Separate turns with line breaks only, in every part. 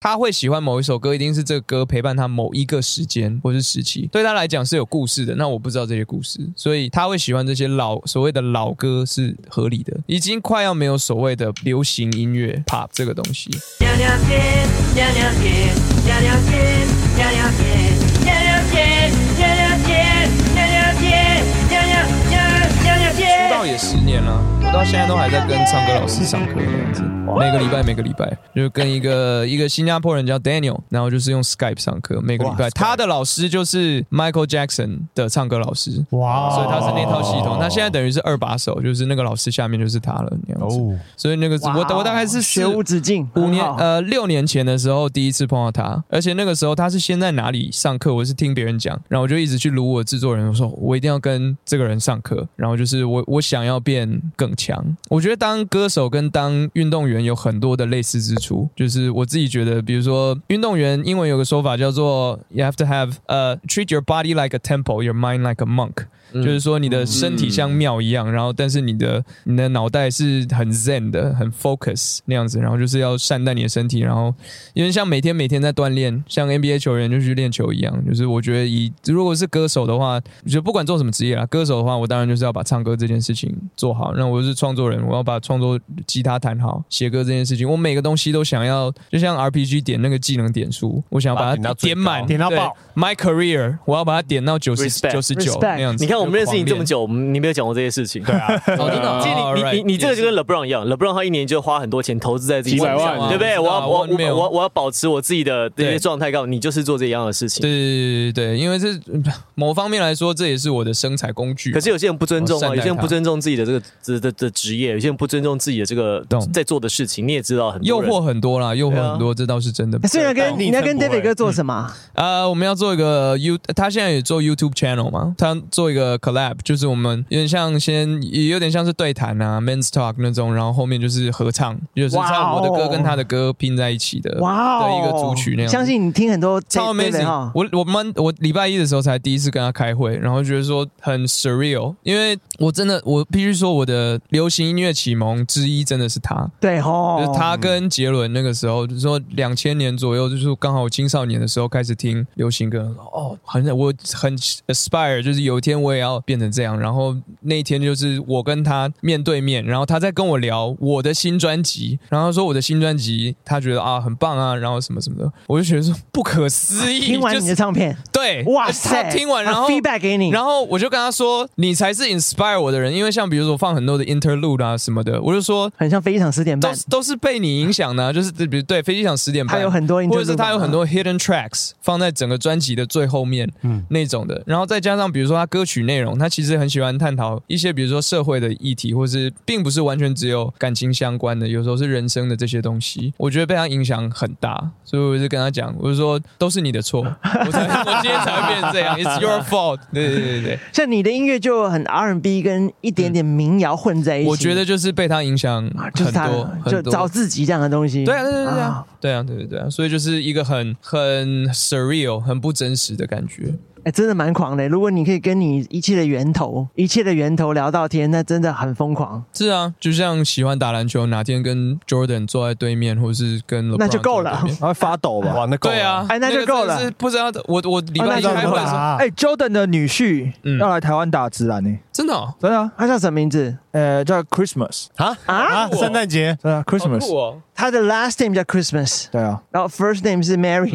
他会喜欢某一首歌，一定是这个歌陪伴他某一个时间或是时期，对他来讲是有故事的。那我不知道这些故事，所以他会喜欢这些老所谓的老歌是合理的，已经快要没有所谓的流行音乐 pop 这个东西。
聊聊天，聊聊天，聊聊天，聊聊天，聊聊天，聊聊天，聊聊天，聊聊聊聊
出
聊天。
道也十年了，我到现在都还在跟唱歌老师上课这样子，每个礼拜每个礼拜就跟一个一个新加坡人叫 Daniel，然后就是用 Skype 上课，每个礼拜
哇
他的老师就是 Michael Jackson 的唱歌老师，
哇
所以他是那套系
哦
统，他现在等于是二把手，就是那个老师下面就是他了那样子，
哦，
所以那个是我
哇
我大概是
学
四
无止境，
五年
很好
呃六年前的时候第一次碰到他，而且那个时候他是先在哪里上课，我是听别人讲，然后我就一直去撸我制作人，我说我一定要跟这个人上课，然后就是我
哦
我想要变更强。我觉得当歌手跟当运动员有很多的类似之处，就是我自己觉得，比如说运动员英文有个说法叫做 you have to have 呃、treat your body like a temple, your mind like a monk。就是
嗯
说你的身体像庙一样，然后但是你的你的脑袋是很 zen 的，很 focus 那样子，然后就是要善待你的身体，然后因为像每天每天在锻炼，像 NBA 球员就去练球一样，就是我觉得以如果是歌手的话，我觉得不管做什么职业啦，歌手的话，我当然就是要把唱歌这件事情做好。那我是创作人，我要把创作吉他弹好，写歌这件事情，我每个东西都想要，就像 RPG 点那个技能点数，我想要
把它啊
把
点到
它
最
点满，
高点到
对
爆。
My career，我要把它点到九十
Respect
九十九
Respect
那样子。
你看我们认识你这
久。
么久，啊你没有讲过这些事情。
对 啊，
哦，真的
其实
哦
你
alright，
你你你这个就
也
跟
是
LeBron 一样，LeBron 他一年就花很多钱投资在自己
几百
身
万
上，对不对？
我
我
知道
要我
我没有
我我我要保持我自己的这些
啊对
状态，告诉你就是做这一样的事情。
对对对对对，因为这 嗯某方面来说，这也是我的生财工具。
可是有些人不尊重
我善
啊，
待
有些人
他
不尊重自己的这个这的的职业，有些人不尊重自己的这个
懂
在做的事情，你也知道很
诱
多人
惑很多
啊
啦，诱惑很多，这倒是 真的。
所以要跟
但
你要跟
逆成不
David
会
哥做什么啊？
呃，我们要做一个 You，他现在也做 YouTube channel 嘛，他做一个 collab，就是我们有点像先，也有点像是对谈啊，men's talk 那种，然后后面就是合唱，就是
哇哦
唱我的歌跟他的歌拼在一起的
哇哦，
嗯的一个组曲那样子。
相信你听很多
超
David
amazing！
哈
我我们我礼拜一的时候才第一次跟他开会，然后觉得说很 surreal，因为我真的我必须说我的流行音乐启蒙之一真的是他，
对吼，
就是他跟杰伦那个时候，就是说两千年左右，就是刚好我青少年的时候开始听流行歌，哦，很我很 aspire，就是有一天我也要变成这样。然后那一天就是我跟他面对面，然后他在跟我聊我的新专辑，然后他说我的新专辑他觉得啊很棒啊，然后什么什么的，我就觉得说不可思议，
听完你
就
的
是
唱片，
对，
哇
他
塞，
听完然后
他 feedback 给你，
然后我就跟他说，你才是 inspire 我的人，因为像比如说我放很多的 interlude 啊什么的，我就说
很像非常十点
都
半，
是都是被你影响的啊、就是比如对飞机场十点半，
他有很多
或者是
interlude
他有很多 hidden tracks 放在整个专辑的最后面，嗯，那种的。然后再加上比如说他歌曲内容，他其实很喜欢探讨一些比如说社会的议题，或是并不是完全只有感情相关的，有时候是人生的这些东西。我觉得被他影响很大，所以我就跟他讲，我就说都是你的错，我才 我今天才会变成这样，It's your fault。对对对对
像你的音乐就很 R&B 跟一点点民谣混在
对，
一起，
我觉得就是被他影响
啊
很
就是他
多，
就
很多
找自己这样的东西，
对啊，对啊对
啊
啊，对啊，对对对啊，所以就是一个很很 surreal、很不真实的感觉。
哎，真的蛮狂的。如果你可以跟你一切的源头、一切的源头聊到天，那真的很疯狂，
是啊，就像喜欢打篮球，哪天跟 Jordan 坐在对面，或是跟 LeBron
那就够了
坐在对面
他会发抖
哦
吧？哇，那够
对啊，
哎那就
个真的
够了哦
是不知道我我礼拜一
那就
开
够
会的时候，
啊，
哎，Jordan 的女婿
嗯
要来台湾打直男呢，
真的哦
真的啊，
他叫什么名字
呃，叫 Christmas，
啊
啊，？圣诞 节
真的啊
好酷
Christmas，
哦！
他的 last name 叫 Christmas，
对 啊，
然后 first name 是 Mary。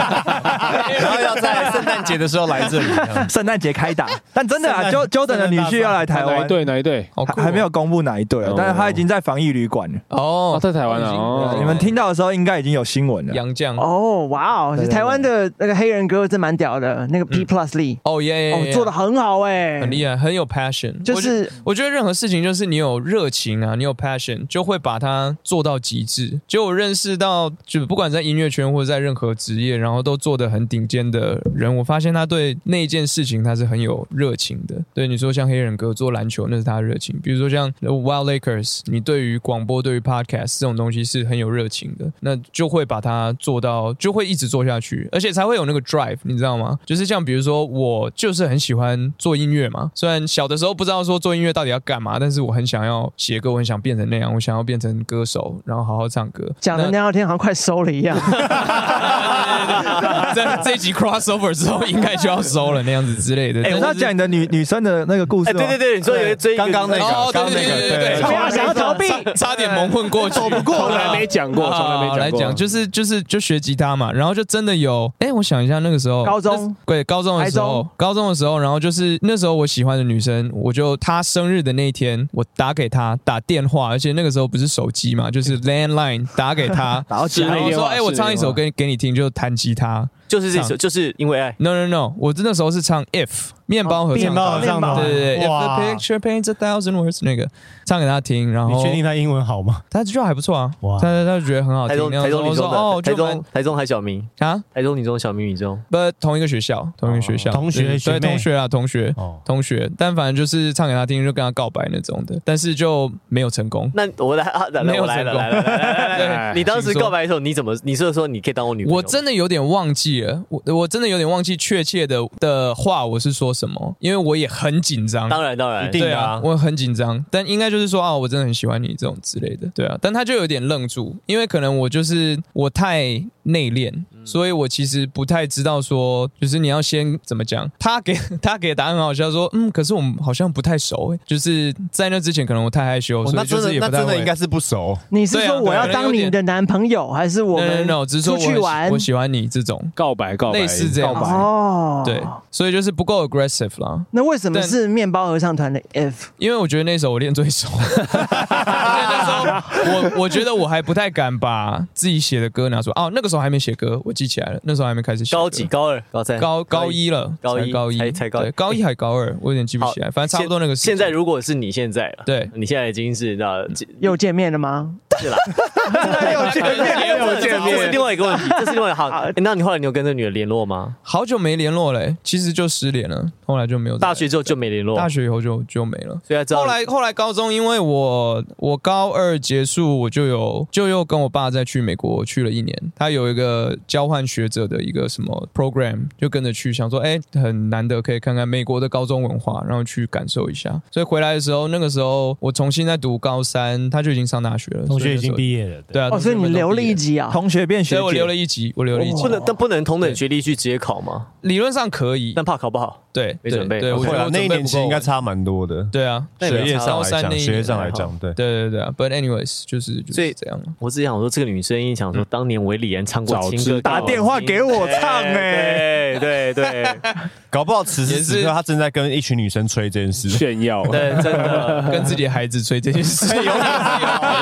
然后要在圣诞节的时候来这里，
圣诞节开打，但真的啊
圣诞
，Jo- Jordan 的女婿要来台
圣诞大
湾
赛哪一队对
对
还没有，还
哪一队？
好酷哦
还没有公布哪一队啊
哦，
但是他已经在防疫旅馆了。
哦，
哦，
在台湾
已
啊，
经
哦
对
你们听到的时候应该已经有新闻了。
杨绛
哦，哇哦，
对对
台湾的那个黑人歌真蛮屌的，那个 P Plus Lee，
哦耶，
哦，做的很好哎，
很厉害，很有 passion，
就
我觉得
是
我觉得任何事情就是你有热情啊，你有 passion，就会把它做到极致。就我认识到，就不管在音乐圈或者在任何职业，然后都做得很顶尖的人，我发现他对那一件事情他是很有热情的。对你说像黑人哥做篮球，那是他的热情；比如说像 Wild Lakers，你对于广播、对于 podcast 这种东西是很有热情的，那就会把它做到，就会一直做下去，而且才会有那个 drive，你知道吗？就是像比如说我就是很喜欢做音乐嘛，虽然。然小的时候不知道说做音乐到底要干嘛，但是我很想要写歌，我很想变成那样，我想要变成歌手，然后好好唱歌。
讲的那两天好像快收了一样。
那这这一集 crossover 之后，应该就要收了那样子之类的。
哎，我
但
要
是
讲你的女女生的那个故事
哎，
哦吗，。
对对对，你说有一哎追
刚刚那个
哦，对
刚
对
那个
对对 对，
不要想要逃 避，
差点蒙混过去，
不过来没讲过，从来没
好
讲
来
过。
讲，就是就是就学吉他嘛，然后就真的有，哎、我想一下那个时候，
高中
那是对高中的时
台
候
中，
高中的时候，然后就是那时候我喜欢的女生，我就她生日的那一天，我打给她打电话，而且那个时候不是手机嘛，就是 landline 打给 她
打到
是
然后
电
说，
话
哎、我
是
唱一
电
首
话
给给你听，就弹吉他。
就是这首，
唱
就是因为爱。
No no no，我那时候是唱 If 面包合唱
哦
团，
面包合唱团
对对对，If
哇
the picture paints a thousand words 那个唱给她听，然
你
后
确定他英文好吗？
她就还不错啊，
哇
她她就觉得很好
台
听。
中
然后
台中
我
女
说哦，
中的台
就蛮
中台中海小明，
啊，
台中女中小明女中，
不，同一个学校，同一个学校，
哦同学
对
学
对
妹
同学啊，同学，
哦，
同学，但反正就是唱给他听，就跟他告白那种的，但是就没有成功。
那我来啊，来
没有
来我来
成
了
功
来了来了来了来 了，
对
你当时
请说
告白的时候，你怎么？你是说你可以当我女朋友？
我真的有点忘记了，我我真的有点忘记确切的的话我是说什么，因为我也很紧张。
当然当然
一定
对
的
啊
啊，
我很紧张，但应该就是说啊，我真的很喜欢你这种之类的，对啊，但他就有点愣住，因为可能我就是我太内敛，
嗯
所以我其实不太知道说，就是你要先怎么讲。他给 他给的答案很好笑，说嗯，可是我们好像不太熟、欸，就是在那之前可能我太害羞，
哦
所
那
以就
真
是
的
也
那
不太
真的
会
应。该是不熟，
你是
对啊
说我要当你的男朋友，还是我
no no
们
no，只是说
出
我
去
很
玩
我喜欢你这种，
告白告白，
类似这样
告白。
哦，
对，所以就是不够 aggressive 啦。
那为什么
但
是面包合唱团的 F？
因为我觉得那首我练最 熟，因为那时候我我觉得我还不太敢把自己写的歌拿出来。哦，那个时候还没写歌，我记起来了，那时候还没开始写歌。
高几？高二高三
高高一了，
高一
才高一，
才才高一哎
对高一还高二，我有点记不起来，反正差不多那个时间。
现在如果是你现在了，
对
你现在已经是那
又见面了吗？
是啦，
有见面
这是这是另外一个问题，这是另外一个好。诶那你后来你有跟这女的联络吗？
好久没联络嘞，其实就失联了，后来就没有再
大学之后就没联络，
大学以后就就没了。
所以才知道
后来后来高中，因为我我高二结束，我就有就又跟我爸再去美国去了一年。他有一个交换学者的一个什么 program，就跟着去，想说哎、很难得可以看看美国的高中文化，然后去感受一下。所以回来的时候，那个时候我重新在读高三，他就已经上大学了，
同学已经
业。
毕业了，
对啊，
哦，所以你留了一
级，
集啊？
同学变学
所以
姐，
我留了一级，我留了一级哦
哦不，能，但不能同等学历去直接考吗？
理论上可以
但，怕考不好，
对，
没
对
准备
对，我觉
会
得
啊
我
那
准
一
备
年
不
其实
够
应该差蛮多的，
对啊，
那
对啊
你
学业上
高
来
三
讲，
那一
学业
年
上来讲，对，
对对对啊，But anyways，就是就
所
是
以
这样了。
我只想说，这个女生想
嗯
说，当年韦礼安唱过
早
情
知
歌，
道
打电话给我唱哎，
对对对
搞不好此
也
时
是
此刻他正在跟一群女生吹这件事。
炫耀，
对，真的
跟自己的孩子吹这件 事，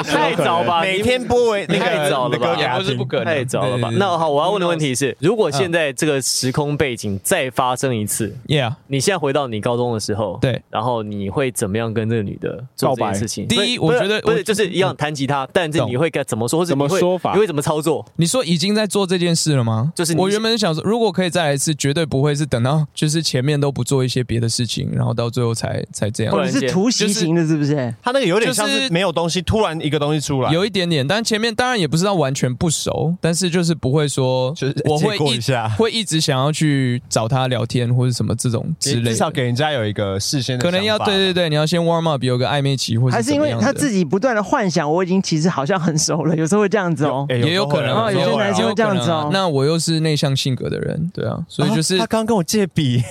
太早吧？
每
你
天播为那个
太早了吧
那个给他
也不是
听
不可能，
太早了吧？那好，我要问的问题是，如果现在这个时空背景再发生一次，
，Yeah，
你现在回到你高中的时候，
对，
然后你会怎么样跟这个女的做这件事情？
告白第一
不是
我觉得
不是，
我
就是一样弹吉他，但是
懂
你会该怎么说？或者
怎么
你会
说法
你会怎么操作？
你说已经在做这件事了吗？
就是你
我原本想说，如果可以再来一次，绝对不会是等到就是前面都不做一些别的事情，然后到最后才才这样
不
哦，
然
你是突袭型的，是不是？
他那个有点像
就是
是没有东西，突然一个东西出来，
有一点点，但前面当然也不是到完全不熟，但是就是不会说，
就是
我会
借过
一
一下
会一直想要去找他聊天或者什么这种之
也
类
至少
的。
给人家有一个事先的
可能要
想法
对对对，你要先 warm up，有个暧昧期，或者
还是因为他自
己
己不断的幻想，我已经其实好像很熟了，有时候会这样子哦。
哎
也有
有
可能，
哦有
时
些
候会啊
男生
也
会
有
这样子哦
可能啊那我又是内向性格的人，对啊，所以
哦
就是
啊他刚跟我借笔，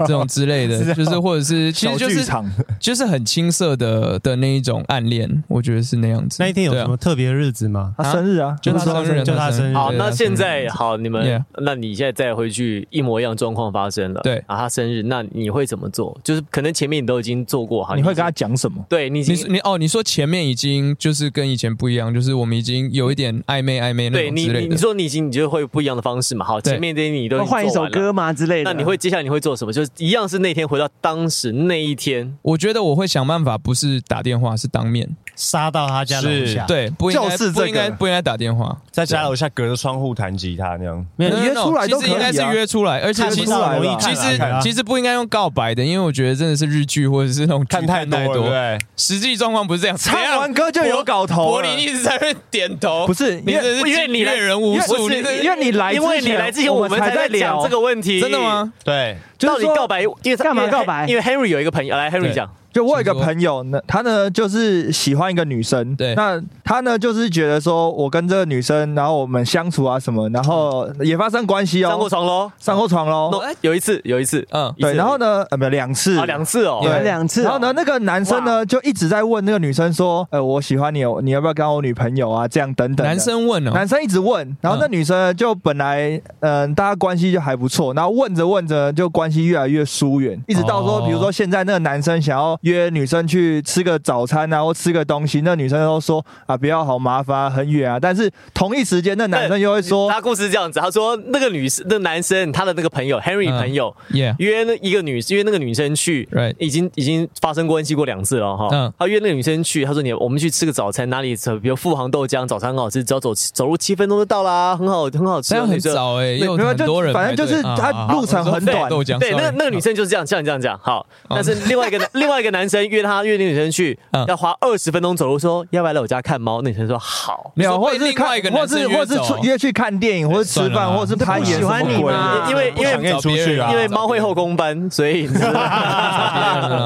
这种之类
是
的，
啊
就是或者是其实
小
就
剧
是啊
场，
就是很青涩的的那一种暗恋，我觉得是那样子。
那一天有
对
什
啊
么特别日子吗？
他生日啊，
就他生日，
就他生日
好，
嗯对
那
他
现
生
在
日
好，你们
Yeah
那你现在再回去，一模一样状况发生了，
对
啊，他生日，那你会怎么做？就是可能前面你都已经做过哈，
你会跟
已
他
经
讲什么？
对你已
你说
经
你哦，你说前面已经就是跟以前不一样，就是我们已经有一点暧昧暧昧那
对
种
你
之
你
类
你
的。
说你已经你就会有不一样的方式嘛？好，
对
前面这些你都已经
哦换一
做
首
完了
歌。嘛之类的。
那你会接下来你会做什么？就是一样是那天回到当时那一天，
我觉得我会想办法，不是打电话，是当面。
杀到他家楼下，，
对，不应该
啊就是这个
不应该不应该打电话，
在家楼下隔着窗户弹吉他那样。
没有
No, no,
你约出来
no，
都
其实
可以
应
啊
该是约出来，而且
看
其
不
实
出来吧
其
看
实
啊
其实不应该用告白的，因为我觉得真的是日剧或者是那种剧
看太
太
多了，对不对？
实际状况不是这样。
唱
怎样
完歌就有搞头
柏
了
林一直在那点头，
不是
你
因为
这是
因为你来
阅人无
因为
数，
不是
你这
因为你来之
因
前，
为你来之前我们
才
才在
聊
讲这个问题，
真的？吗？
对，
就是
到底
说
告白，因为他
干嘛
因为他
告白
因为 Henry 有一个朋友，来 Henry
对
讲，
就我有一个朋友呢，他呢就是喜欢一个女生，
对
那他呢就是觉得说我跟这个女生，然后我们相处啊什么，然后也发生关系哦，
上过，床喽。
上过床喽，
No，有一次，有一次，
嗯
一次
对，然后呢，呃，没有两次，
啊，两次哦，
对两次哦
然后呢，那个男生呢就一直在问那个女生说，呃，我喜欢你，哦，你要不要当我女朋友啊？这样等等的。
男生问哦，
男生一直问，然后那女生呢就本来嗯、大家关系就还不错，然后问着问着就关系越来越疏远，一直到说，
哦
比如说现在那个男生想要约女生去吃个早餐啊，或吃个东西，那女生都说啊不要好麻烦啊，很远啊，但是同一时间那男生又会说。
他故事是这样子，他说那个女生，那男生他的那个朋友 Henry
嗯
朋友。
耶，
约那一个女，约那个女生去
Right
已经已经发生关系过两次了哈。
嗯
他约那个女生去，他说你我们去吃个早餐，哪里吃？比如富航豆浆，早餐很好吃，只要走走路七分钟就到啦，很好很好吃。
这样
那
很
女生
早哎，有
没有
很
就
多人
反
排队，
正就是
啊
他
啊
路程
啊我
很
说
短
豆浆
对，那个
sorry
那个女生就是这样，像你这样讲好。但是另外一个男另外一个男生约他约那个女生去
嗯，
要花二十分钟走路，说要不要来我家看猫？那女生说好。
没有，
你说
或
被
者是
另外
看
一个，
或
男生
是
约
或是
走啊
出约去看电影，或是吃
算了
饭，
啦
或是拍
不
演
喜
什么
欢你
鬼的
吗？
因为因
不想
为
跟你出去啊
因为猫 会后宫班，所以你知道
啊
吗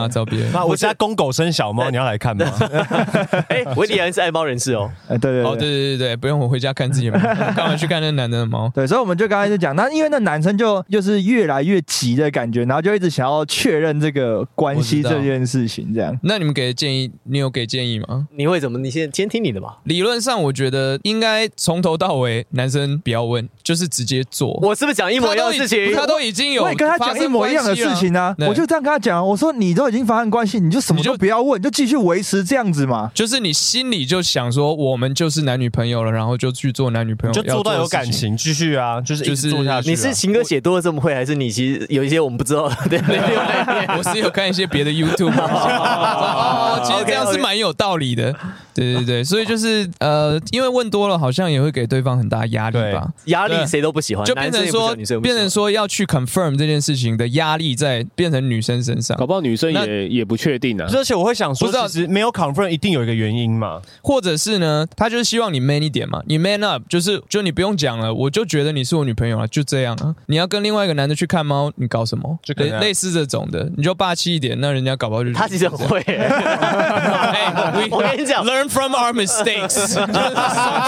啊，找别人。
那我家公狗生小猫，你要来 看吗？
哎，维里安是爱猫人士哦。
哎，对对
哦，对对对对，不用我回家看自己的 猫，干嘛去看那男的的猫？
对，所以我们就刚才就讲，那因为那男生就就是越来越急的感觉，然后就一直想要确认这个关系
我知道
这件事情，这样。
那你们给的建议，你有给建议吗？
你会怎么？你先先听你的吧。
理论上，我觉得应该从头到尾，男生不要问，就是直接做。
我是不是讲一模一样的事情？
他都已经有
我也跟他讲一模一样的事情啊，
对
我就这样跟他讲，我说你都已经发生关系，你就什么
你就
都不要问，就继续维持这样子嘛。
就是你心里就想说，我们就是男女朋友了，然后就去做男女朋友，
就做到
要
有
的事
感。情，继续啊，就是一直做下去啊。
你是情歌写多了这么会，还是你其实有一些我们不知道的？ 对对对。
我是有看一些 别的 YouTube，哦，其实这样是蛮有道理的。对对对，所以就是呃，因为问多了，好像也会给对方很大压力吧。
压力谁都不喜欢，
就变成
男生也不喜
说，
欢女生也不喜
变
欢
成说要去 confirm 这件事情的压力在变成女生身上，
搞不好女生
那
也也不确定啊。
而且我会想说，
不知道
其实没有 confirm 一定有一个原因嘛。
或者是呢，他就是希望你 man 一点嘛，你 man up，就是就你不用讲了，我就觉得你是我女朋友了，就这样啊。你要跟另外一个男的去看猫，你搞什么？
就可
类
能啊
类似这种的，你就霸气一点，那人家搞不好就
他其实很会。
哎
我跟你讲
learn from our mistakes，就是从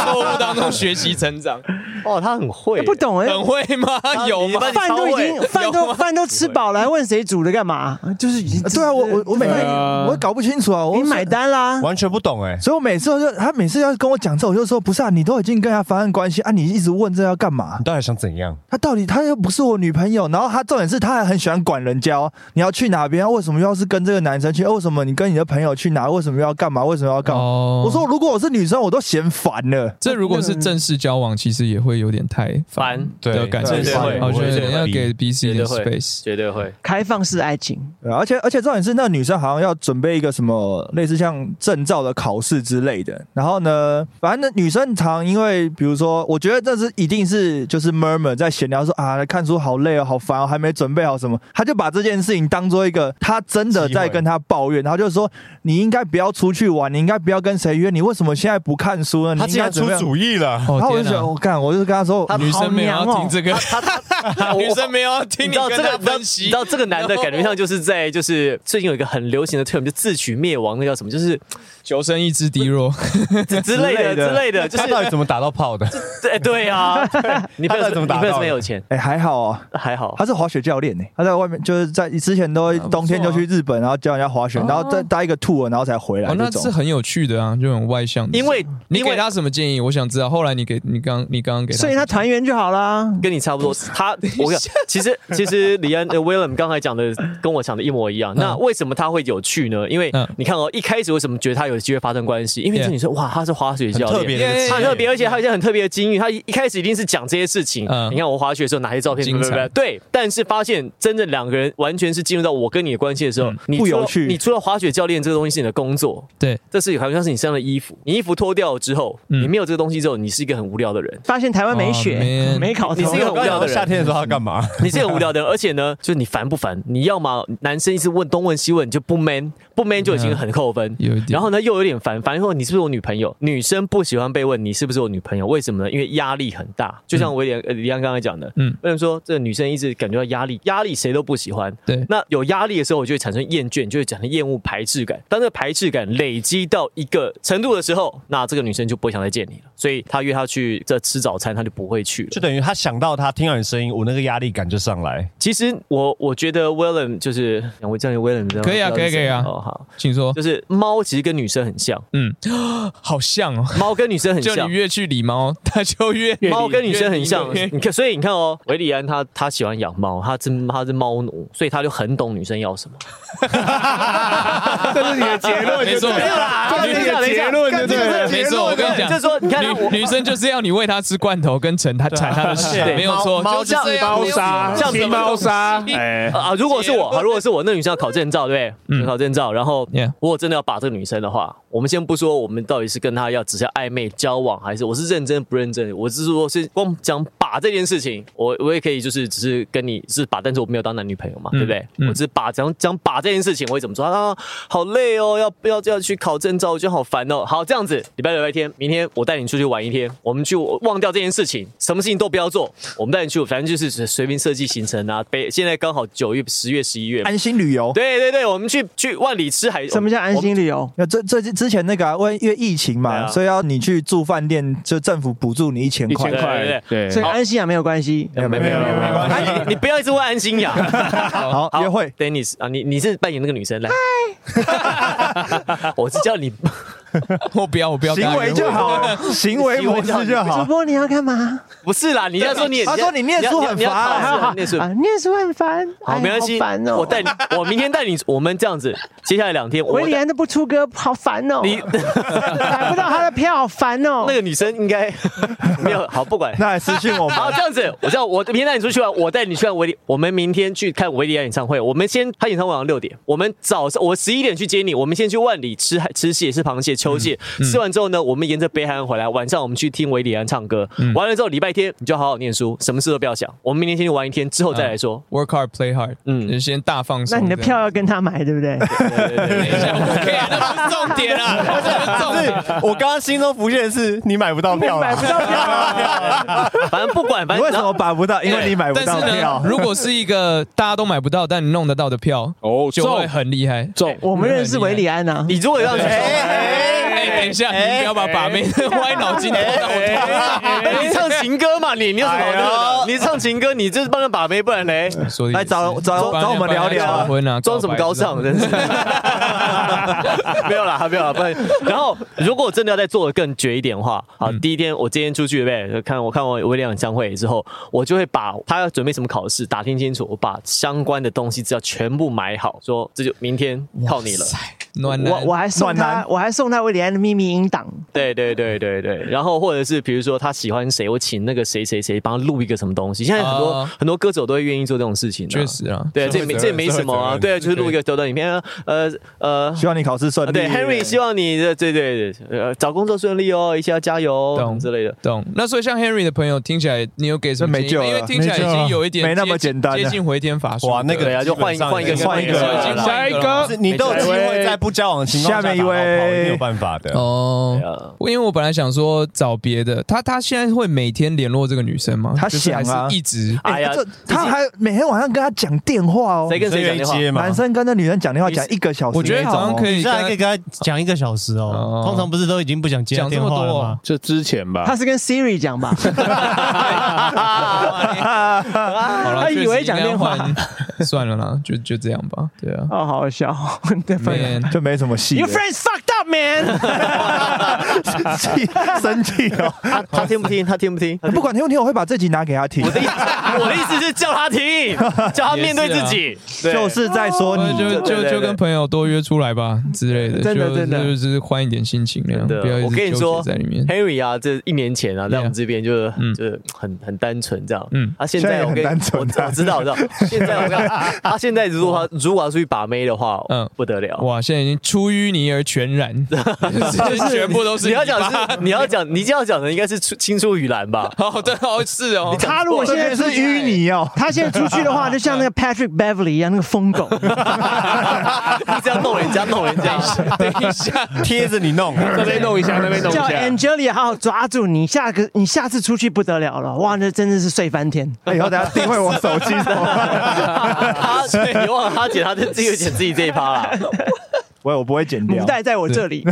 错误当中学习成长，
哦，他很会，
不懂哎、
嗯
很会吗？有吗？
你
饭都已 经
超会
饭都饭都吃饱了，还问谁煮的干嘛？就是已经
对啊，我我我每
对
天
啊
我搞不清楚啊，我
你买。单啦。
完全不懂哎、
所以我每次就他每次要跟我讲这，我就说不是啊，你都已经跟他发生关系啊，你一直问这要干嘛
你？到底想怎样？
他到底他又不是我女朋友，然后他重点是他还很喜欢管人家、哦，你要去哪边啊？为什么要是跟这个男生去？哎为什么你跟你的朋友去哪？为什么要干嘛？为什么要干嘛？
哦
我说如果我是女生，我都嫌烦了。
这如果是正式交往，其实也会有点太
烦，
的
对
感觉
对对，会
我觉
会
得
会
要给彼此一点
绝对会
space。
绝对会。
开放式爱情，
对啊而且而且重点是，那个女生好像要准备一个什么类似像证照的考试之类的。然后呢，反正那女生常因为，比如说，我觉得这是一定是就是 murmur 在闲聊说啊，看书好累哦，好烦哦，还没准备好什么，她就把这件事情当做一个她真的在跟她抱怨，然后就说你应该不要出去玩，你应该不要跟谁约，你为什么现在不看书呢？
他
你
竟
应该
然
怎
出
么样？
主意了，
哦
然后我就
天
想，
哪，
我干，我就跟她说，
女生没有
哦
要听这个， 女生没有要听
你
你
知道
跟
这个，
她
你知道
分
你
析，
知道这个男的感觉上就是在就是最近有一个很流行的 term，就自取灭亡，那叫什么？就是
求生意志低 弱，
之之类的
之类的
之类的，就
他
是
到底怎么打到炮的？
对对啊，你朋
他到
友
底怎么打
你
到的
朋友是没有钱，
哎、还好哦，
还好
他。是滑雪教练呢、他在外面就是在之前都会
啊
冬天
不错
就
啊
去日本，然后教人家滑雪，然后再搭一个 tour，然后才回来
哦，那
这
是
种。
很有趣的啊，就很外向的。
因为
你
因
给
为
他什么建议？我想知道。后来你给你刚你刚刚给他，
所以他团圆就好啦。
跟你差不多，他我讲，其实其实李安呃 William 刚才讲的跟我想的一模一样。那为什么他会有趣呢？因为
嗯
你看哦，一开始为什么觉得他有机会发生关系？因为
Yeah
这女生哇，她是滑雪教
很
练，
特别的一个
耶
职
他
业，
很特别，而且他有一些很特别的经历。他一一开始一定是讲这些事情。
嗯
你看我滑雪的时候哪些照片，
精彩
不不不对。但是发现真正两个人完全是进入到我跟你的关系的时候，你
不
除了
有趣
你除了滑雪教练这个东西是你的工作，
对，
这是好像是你身上的衣服。你衣服脱掉了之后，
嗯
你没有这个东西之后，你是一个很无聊的人。
发现台湾没
哦
雪
，man，
没烤
你
头
是一，个很无聊的人
夏天也说他干嘛？
你是很无聊的人，而且呢，就是你烦不烦？你要么男生一直问东问西问，你就不 man，不 man 就已经很扣分。
嗯有一点
然后呢，又有点烦，烦后你是不是我女朋友？女生不喜欢被问你是不是我女朋友，为什么呢？因为压力很大。就像威廉、呃李安刚才讲的，
嗯
嗯，为什么说这个女生一直感觉到压力？压力谁都不喜欢。
对
那有压力的时候，我就会产生厌倦，就会产生厌恶、排斥感。当这个排斥感累积到一个程度的时候，那这个女生就不会想再见你了。所以她约她去这吃早餐，她就不会去了
就。等于他想到他听到你声音，我那个压力感就上来。
其实我我觉得 Willem 就是我叫你 Willem 知道吗
可以啊
不知道是
可
谁
以可以啊
哦好，
请说
就。是猫其实跟女生很像，
嗯，好像哦，
猫跟女生很
就
像
你。越去理猫，它就越
猫跟女生很像，
越理越理
你 看，所以你看哦，维里安他他喜欢养猫，他是他是猫奴，所以他就很懂女生要什么。
这是你的结论
没错，
啊
这是你的结论，对不对？
啊没错，我跟你
就是
讲。
说，你看啊我
女女生就是要你喂她吃罐头跟铲她铲她的屎，
对
没有错，
猫
就是这样
猫 砂
像什
青
么
猫
砂，
哎，
啊，如果是
结
我，
论
如果是我，那女生要考证照，对不对？
嗯
考证照，然后
Yeah
如果真的要把这个女生的话，我们先不说我们到底是跟她要只是暧昧交往，还是我是认真不认真，我是说是光讲把这件事情，我我也可以就是只是跟你是把，但是我没有当男女朋友嘛，对不对？
嗯
我只是把讲讲把这件事情，我会怎么说啊？好累哦，要不要要去考证照，我觉得好烦哦。好，这样子，礼拜六、礼拜天，明天我带你出去玩一天，我们去忘掉这件事情，什么事情都不要做，我们带你去，反正就是随随便设计行程啊。北现在刚好九月、十月、十一月嘛，
安心旅游。
对对对，我们去去万里吃海。
什么叫安
我们？
心旅游？
那这这之前那个、啊，因为因为疫情
对
嘛，
啊
所以要你去住饭店，就政府补助你一千
我
块
们。对对对对
所以安心啊没有关系。
没有没有没有没有
对，哎你你不要一直问安心呀。
好约会
Dennis 啊，你你是扮演那个女生来。我是叫你，
我不要我不要跟她
行
约会，
为就好，行为模式就
主
好。
播你要干嘛
不是啦，你要说你也，
他说你念书很
你要
烦
你要你要考试念书
啊？念书很烦，
好，
哎
没关系，
好烦哦。
我带你，我明天带你，我们这样子，接下来两天，我
维里
带
安都不出歌，好烦哦。
你
买不到他的票，好烦哦。
那个女生应该没有好，不管。
那来私信我们。
好，这样子，我叫我明天带你出去玩，我带你去看维里，我们明天去看维里安演唱会。我们先他演唱会晚上六点，我们早上我十一点去接你，我们先去万里吃海吃蟹，吃螃蟹、秋蟹，吃完之后呢，我们沿着北海岸回来，晚上我们去听维里安唱歌。完了之后，礼拜天你就好好念书，什么事都不要想。我们明天先去玩一天，之后再来说。
work hard play hard，
嗯
嗯，先大放松。
那你的票要跟他买，对 不对？
这样，等一下我可以啊，那不是重点啊，那不是重点。
啊我刚刚心中浮现的是你买不到票，
买不到 票啊，
反正不管，反
你
正
为什么把不到？因为你买不
但
到
是呢
票，。
如果是一个大家都买不到，但你弄得到的票，
哦
就会很厉害。
中
我们认识维里安啊。
你如果让你
哎，等一下，你不要把把妹的歪脑筋动到我头上。
哎，你唱情歌嘛，你你有什么好
哎
乐
呦
的？你唱情歌，你就是帮人把妹，不然嘞，
说得也
来找
是
找找我们
帮
聊聊
人家求婚啊，
装什么高尚，真是。 没有啦，没有啦，不然。然后，如果我真的要再做的更绝一点的话，好，第一天我今天出去对不对？看我看完威廉演唱会之后，我就会把他要准备什么考试打听清楚，我把相关的东西资料全部买好，说这就明天靠你了。
暖男
我我还送
暖
他
男，
我还送他维里安的秘密音档，
对对对对对，然后或者是比如说他喜欢谁，我请那个谁谁谁帮他录一个什么东西。现在很多、
啊
很多歌手都会愿意做这种事情、的。
确实啊，
对，这也没这也没什么啊，对，就是录一个短短影片啊，呃呃。
希望你考试顺利。
对，Henry，希望你的对对对，呃，找工作顺利哦，一下加油哦
懂
之类的。
懂。那所以像 Henry 的朋友，听起来你有给什么
没
建议吗？
救
因为
了
听起来已经有一点
没那么
接近
简单了啊
接近回天乏术的。
哇那个
对啊，就换一换一个，
基本上
换一个
已经换
下一个
是你都有机会在不交往的情况下
下面一位
打到炮你没有办法
啊
的。
一个
哦。
了。
我因为我本来想说找别的，他他现在会每天联络这个女生吗？
他
就是还
想啊
是一直
哎
哎
呀
呀，这他还每天晚上跟他讲电话哦
谁。跟谁
谁愿
讲电
意
话？
接吗？
男生跟那女人讲电话讲一个小时那种哦，
我觉得好像可以
现
跟
在可以
他
跟他讲一个小时
哦
哦。通常不是都已经不想接他
讲这
电
么
话
多
了
哦
吗？
这之前吧
他，是跟 Siri 讲吧？
好了，
他以为
确实应
讲
该
电话
换，算了啦，就就这样吧。对啊，
哦，好好笑哦，对吧
Man，
就没什么戏了
？Your。friends fucked up, man 。
气 生气哦，
他他听不听？他听不听？
不管听不听，我会把这集拿给他听。
我的意思，我的意思是叫他听，叫他面对自己。对
就是在说
那
你，
哦就
对对
就
对
就跟朋友多约出来吧之类的，
真的
就
真的
就是换一点心情那样，
真的
不要一直
我跟你说
纠结在里面。
Henry 啊，这一年前啊，在我
Yeah
们这边就是
嗯
就是很很单纯这样，
嗯
嗯，啊，现
现在
在
也
我
很
跟
单纯
我
啊
我知道我知道，现在我 跟他现在如果他如果要出去把妹的话，
嗯
嗯，不得了，
哇，现在已经出淤泥而全然， ，就是全部都是
你要讲
尾巴
是你要讲，你这样讲的应该是出青出于蓝吧？
哦，对哦，是哦，
他如果现在
这边是淤泥哦，
他现在出去的话，就像那个 Patrick Beverly 一样，那个疯狗。
你这样弄人家，弄人家，
等一下，
贴着你弄，
这边弄一下，那边弄一
叫
下。
Angelia 好好抓住你，下个你下次出去不得了了，哇，那真的是睡翻天。
以后等下定位我手机。
他你忘了他剪他自己有剪自己这一趴啦。
喂，我不会剪掉
母。 带在我这里，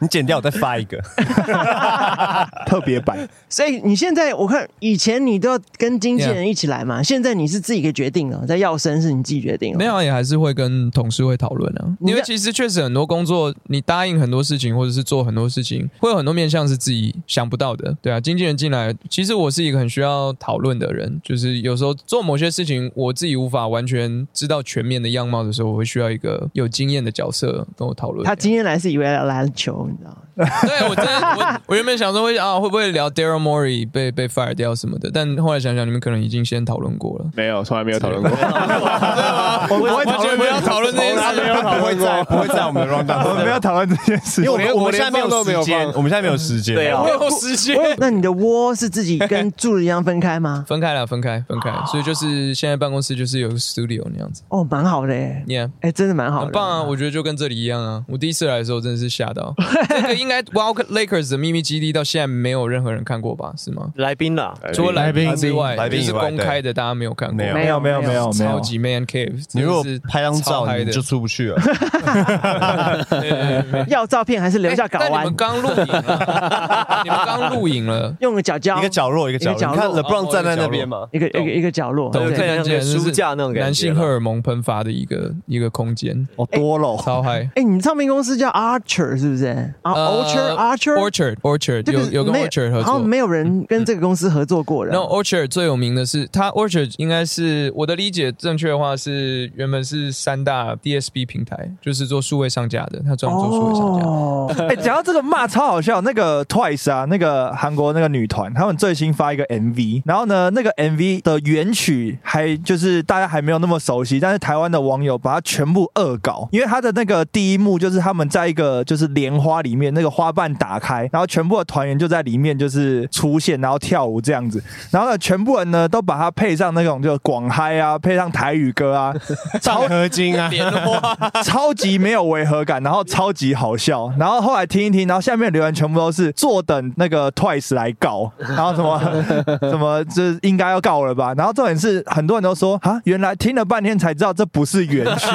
你剪掉我再发一个。
特别版，
所以你现在我看以前你都要跟经纪人一起来嘛，现在你是自己给决定了，在要生是你自己决定了。
没，有，啊也还是会跟同事会讨论啊，
你
因为
在
其实确实很多工作，你答应很多事情，或者是做很多事情，会有很多面向是自己想不到的，对啊。经纪人进来，其实我是一个很需要讨论的人，就是有时候做某些事情，我自己无法完全知道全面的样貌的时候，我会需要一个有经验的角色跟我讨论。
他今天来是以为要篮球，你知道吗？
对我真 的，我我原本想说会啊，会不会聊 Daryl Morey 被被 fire 掉什么的，但后来想想，你们可能已经先讨论过了。
没有，从来没有讨论过。
啊
我们不会
完
讨
全
论
不要讨论这件事。
不会在不会在我们的 round
我
down，
们不要讨论这件事。
啊因为我们
连
我们现在没
我连放都没
有
有
时间，
放
我们现在没有时间。
对啊
哦
没有时间，？
那你的窝是自己跟住的地方分开吗
分开了，分开，分开。所以就是现在办公室就是有个 studio 那样子
哦，蛮好的耶，
，Yeah。
哎，真的蛮好的，
很棒啊！我觉得就跟这里一样啊。我第一次来的时候真的是吓到，这个应该 Wild Lakers 的秘密基地到现在没有任何人看过吧？是吗？
来宾啦，
除了来宾之
来
外，
宾
就是
以外
公开的，大家没有看过。
没有
没有没有没有没有
超，级 Man Cave，
你如果
真的是
拍张
超
照，
嗨
你
的
就出不去了。
要照片还是留下
哎
睾
但你
丸
们，刚录影了，你 们刚录影了，
用个脚胶，
一个角落一个角
一个角
落，
落
你看 LeBron 站在那边嘛，
一个一个一个角落，
对
我
对
看
对
得见
像个书架那种感觉
男性荷尔蒙喷发的一个一个空间，
哦多了。
超嗨。
哎，你唱片公司叫 Archer 是不是？啊，Archer
呃
Archer，
Orchard Orchard 有有跟 Orchard 合
然后
作。
没有人跟这个公司合作过的
然后 Orchard 最有名的是，它 Orchard 应该是我的理解正确的话是，原本是三大 DSP 平台，就是做数位上架的，它专门做数位上架。
哦，
哎，讲到这个骂超好笑，那个 Twice 啊，那个韩国那个女团，他们最新发一个 MV，然后呢，那个 MV 的原曲还就是大家还没有那么熟悉，但是台湾的网友把它全部恶搞，因为它的那个第一幕就是他们在一个就是莲花里面，那个花瓣打开，然后全部的团员就在里面就是出现，然后跳舞这样子，然后呢，全部人呢都把它配上那种就广嗨啊，配上台语歌啊，
唱合金啊，
超级没有违和感，然后超级好笑，然后后来听一听，然后下面留言全部都是坐等那个 Twice 来告，然后什么 什么，这应该要告了吧？然后重点是很多人都说啊，原来听了半天才知道这不是原曲，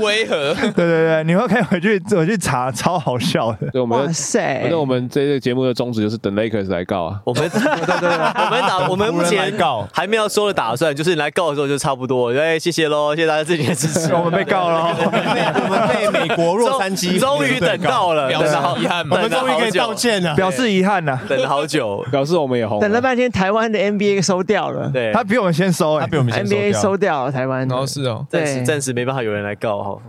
违和，
对对对，你们可以回去回去查，超好笑的。
对，我们
哇
的
塞
反！正我们这个节目的宗旨就是等 Lakers 来告啊。
我们 我们打我们目前
告
还没有说的打算，就是你来告的时候就差不多了。哎，谢谢喽，谢谢大家自己的支持。
我们被告 了哦，
我们被美国洛杉矶
终终于等到了，
表示
等了好
遗憾
等
嘛
了
我们终于可以道歉 了。
表示遗憾啊
好久，
呐、
等了好久。
表示我们也
哦
红，啊
等了半天，台湾的 NBA 收掉了
对，
他比我们先收哎、
他比我们先
，NBA
收
收掉了台湾的
然后。是哦，
暂时
对
暂时没办法有人来告哈。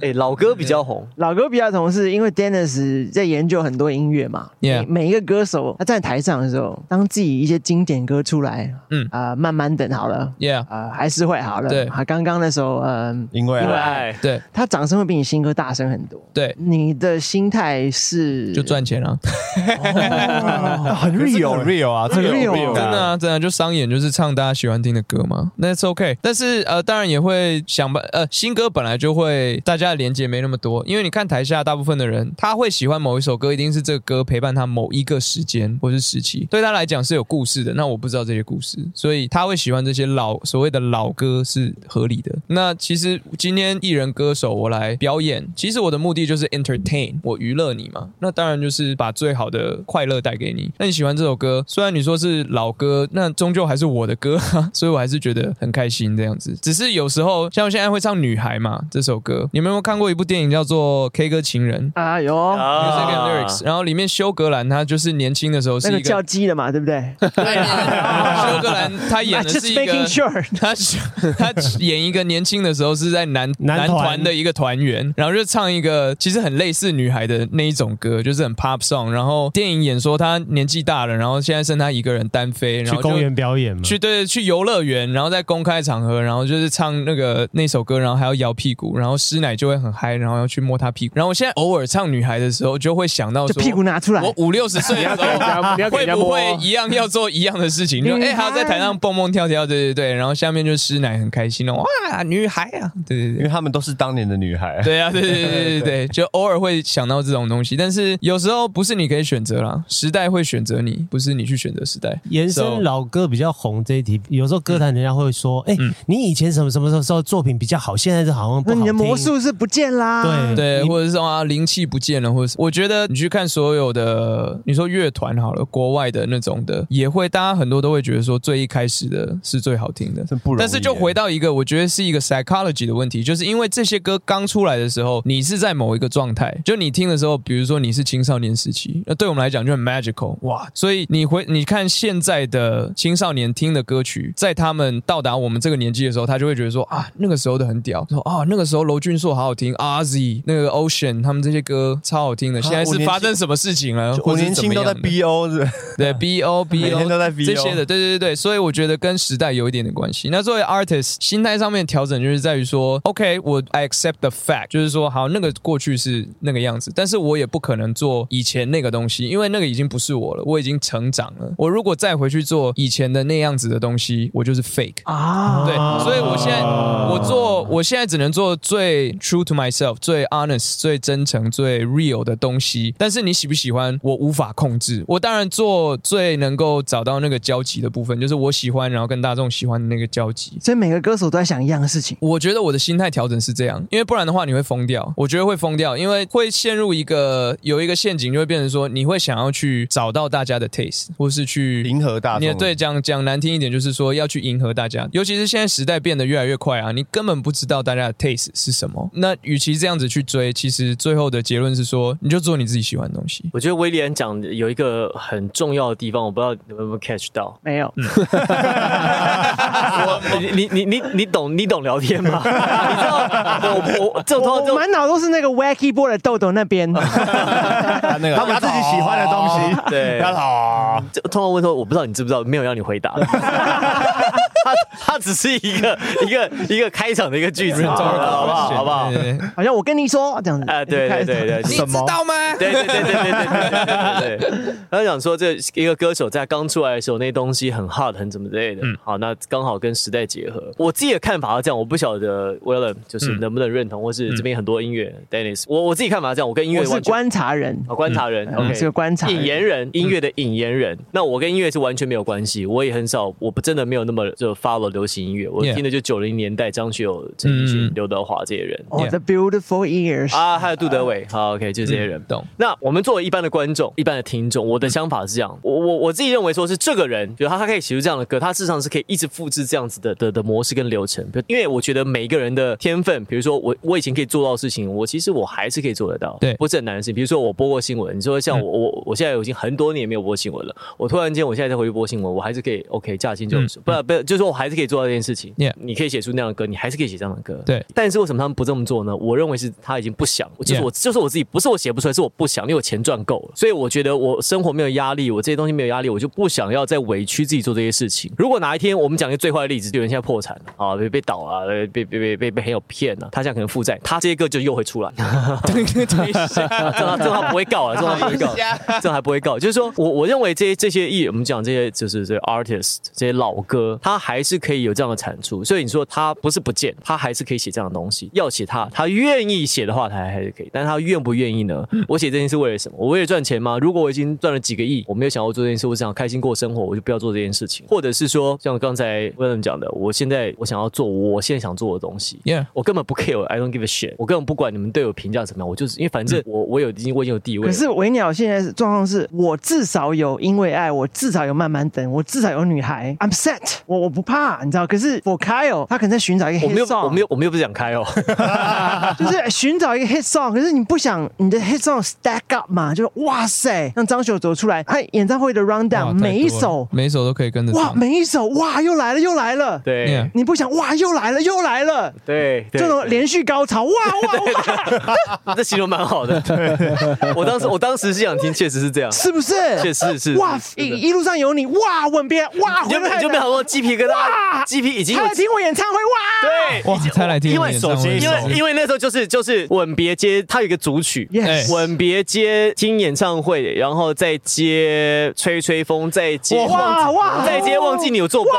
哎，老歌比较红，
老歌比较同事，因为 Dennis 在研究很多音乐嘛
Yeah
每每一个歌手他站在台上的时候，当自己一些经典歌出来，
嗯
啊、慢慢等好了，
，Yeah，
啊、还是会好了。
对
啊，刚刚那首，嗯、
因为
对
啊，
爱
对
他掌声会比你新歌大声很多。
对，
你的心态是
就赚钱啊。
啊 很
这个
real，
很 real 啊，这个
很 real
有啊
啊
真的啊，真的啊就商演就是唱大家喜欢听的歌嘛，That's OK。但是呃，当然也会想办呃，新歌本来就会大家的连接没那么多，因为你看台下大部分的人，他会喜欢某一首歌，一定是这个歌陪伴他某一个时间或是时期，对他来讲是有故事的。那我不知道这些故事，所以他会喜欢这些老所谓的老歌是合理的。那其实今天艺人歌手我来表演，其实我的目的就是 entertain，我娱乐你嘛。那当然就是把最好的快乐带给你。那你喜欢这首歌，虽然你说是老歌，那终究还是我的歌、啊， 所以我还是觉得很开心这样子。只是有时候像我现在会唱《女孩》嘛这首歌，你们有没有看过一部电影叫做《K 歌情人》
啊，有、
啊
Music and lyrics，然后里面休格兰他就是年轻的时候是
那个
一
叫
个，
鸡的嘛，对不对
休格兰他演
I'm
的是
just
一个
making。sure。
他是他演一个年轻的时候是在男
男团
团的一个团员，然后就唱一个其实很类似女孩的那一种歌，就是很 pop song。然后电影演说他年纪大了，然后现在剩他一个人单飞，然
去
后就
公园表演嘛，
去对去游乐园，然后在公开场合，然后就是唱那个那首歌，然后还要摇屁股，然后师奶就会很嗨，然后要去摸她屁股。然后我现在偶尔唱女孩的时候，就会想到
就
说
屁股拿出来
我，五六十岁的时候
你要给
会
人家
不
摸
会一样要做一样的事情？就
女
哎，
孩
还要在台上蹦蹦跳跳，对对对，然后下面就师奶很开心哦，哇，女孩啊，对对
因为
对。
他们都是当年的女孩。
对啊，对对对对对对，就偶尔会想到这种东西，但是有时候不是你可以选择啦，时代会选择你，不是你去选择时代。
延
So-
伸老歌比较红这一题，有时候歌坛人家会说：“
嗯
哎、你以前什么什么时候作品比较好，现在是好像不
那
好听。”
你的魔术是不见啦。
对
对，
你
或者是说啊，灵气不见了，或者是我觉得你去看所有的，你说乐团好了，国外的那种的，也会大家很多都会觉得说最一开始的是最好听的，
真不容易
但是就
耶
回到一个，我觉得是一个 psychology 的问题，就是因为这些歌刚出来的时候，你是在某一个状态，就你听的时候，比如说你是青少年时期，那对我们来讲就很 magical 哇，所以你回你看现在的青少年听的歌曲，在他们到达我们这个年纪的时候，他就会觉得说啊，那个时候的很屌，说啊那个时候娄俊硕好好听，RZ 那个 Ocean 他们这些歌超好听的，现在
啊我
是
年
发
轻
生什么事情了？
我
或是
年
怎
轻
么
都在
样的
BO 是
对 B O B
每
O
天都在 BO
这些的，对对对对，所以我觉得跟时代有一点点关系。那作为 artist，心态上面调整就是在于说，OK，我 I accept the fact，就是说，好，那个过去是那个样子，但是我也不可能做以前那个东西，因为那个已经不是我了，我已经成长了。我如果再回去做以前的那样子的东西，我就是 fake。
啊，
对，所以我现在我做，我现在只能做最 true to myself、最 honest、最真诚、最 real 的东西。但是你喜不喜欢，我无法控制。我当然做最能够找到那个交集的部分，就是我喜欢，然后跟大众喜欢的那个交集。
所以每个歌手都在想一样的事情。
我觉得我的心态调整是这样，因为不然的话你会疯掉。我觉得会疯掉，因为会陷入一个有一个陷阱，就会变成说你会想要去找到大家的 taste，或是去
迎合大众
你 对讲讲难听一点，就是说要去迎合大家，尤其是现在时代变得越来越快啊，你根本不知道大家的 taste 是什么。那与其这样子去追，其实最后的结论是说，你就做你自己喜欢的东 西。
我觉得威廉讲的有一个很重要的地方，我不知道你们有没有 catch 到。
没有，
我你你你你懂你懂聊天吗？ 你知道我我这种
我
这
我
种
满脑都是那个 wacky boy 的豆豆 那边。
他那个他们自己喜欢的东西。
对
要好，
这通常问说，我不知道你知不知道，没有让你回答。 他他只是一个一个一个开场的一个句子，啊好不好？好不好？
对对对
好像我跟你说这样子。
哎，对对对对，
你知道吗？
对对对对对对对对对。 他想说，这一个歌手在刚出来的时候，那东西很 hot，很怎么之类
嗯
的。好，那刚好跟时代结合。我自己的看法是这样，我不晓得 William 就是
嗯
能不能认同，或是这边很多音乐 Dennis，我我自己看法是这样，我跟音乐
我是
完全。
观察人，
哦，观察人、
嗯
o
我
k
是个观察人
引言人，音乐的引言人。那我跟音乐是完全没有关系，我也很少，我不真的没有那么就 follow 流行音乐，我
Yeah
听的就九零年代张学友、陈奕迅、
嗯
刘德华这些人、
哦
Yeah
，The Beautiful Years，
啊，还有杜德伟，好，OK，就这些人。
懂。
那我们作为一般的观众、一般的听众，我的想法是这样：我我我自己认为说是这个人，比如他他可以写出这样的歌，他事实上是可以一直复制这样子的的的模式跟流程。比如因为我觉得每一个人的天分，比如说我我以前可以做到的事情，我其实我还是可以做得到，
对嗯
不是很难的事情。比如说我播过新闻，你说像我、我我现在已经很多年没有播新闻了，我突然间我现在再回去播新闻，我还是可以 OK 驾轻就熟，不不就是说我还是可以做到这件事情。
嗯 Yeah
你可以写出那样的歌，你还是可以写这样的歌，
对
但是为什么他们不这么做呢？我认为是他已经不想，就是
Yeah
我就是我自己，不是我写不出来，是我不想，因为我钱赚够了，所以我觉得我生活没有压力，我这些东西没有压力，我就不想要再委屈自己做这些事情。如果哪一天我们讲一个最坏的例子，有人现在破产了啊，被被倒啊，被被被被被被朋友骗了，他现在可能负债，他这些歌就又会出来。等一下，这样这样他不会告啊，这样他不会告，这样还不会告。就是说我我认为这些这些艺，我们讲这些就是这些 artist 这些老歌，他还是可以有这样的产出。所以你说他不是不见，他还是可以写这样的东西。要写他，他愿意写的话，他还还是可以。但他愿不愿意呢？我写这件事为了什么？我为了赚钱吗？如果我已经赚了几个亿，我没有想要做这件事，我想要开心过生活，我就不要做这件事情。或者是说，像刚才 William 讲的，我现在我想要做我现在想做的东西。
Yeah，
我根本不 care，I don't give a shit，我根本不管你们对我评价怎么样，我就是因为反正我我有已经我已经有地位了，
可是维鸟现在状况是我至少有因为爱，我至少有慢慢等，我至少有女孩，I'm set，我我不怕，你知道？可是 For Kyle，他可能在寻找一个
我没
hit
有
song，
我没有我没有不想开哦，
就是寻找一个 hit song，可是你不想你的 hit song stack up 嘛，就是哇塞，让张学友走出来，他演唱会的 round
哇
down 每一首
太多了每一首都可以跟得
哇，
上。
每一首哇又来了又来了，
对
Yeah
你不想哇又来了又来了。
对，对
这种连续高潮，哇 哇哇，
这形容蛮好的，我当时我当时是想听，确实是这样，
是不是？
确实是
哇，
是的
一一路上有你，哇，吻别，哇，
你就
回来
你就没
了
想说鸡皮疙瘩他 GP 已经有
他来听我演唱会哇！
对，
哇，他来听
因
我
为
演唱会，
首先
因为因为那时候就是就是吻别接，他有一个组曲。
哎
Yes，
吻别接听演唱会，然后再接吹吹风，再接
哇哇
再接忘记你有做爆，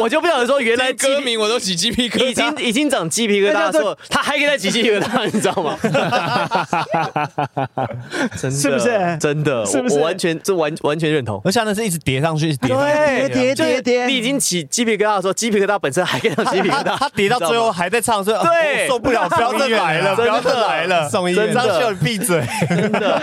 我就不想说原来
连歌
GP
名我都起鸡皮疙瘩，
已经已经长鸡皮疙瘩
那
的
叫
时
做
候，他还可以再起鸡皮疙瘩，你知道吗？真的
是不是
真的，
是不是
我我完全这完完全认同。
而且那是一直叠上去，一直叠上去，
叠叠叠叠，
你已经起鸡皮疙瘩的时候，鸡皮疙瘩本身还可以让鸡皮疙瘩，
他叠到最后
你知道吗，
还在唱，说哦
对
我受不了，不要再来了，
真的
不要再来了，
送医院
张秀你闭嘴，
真的，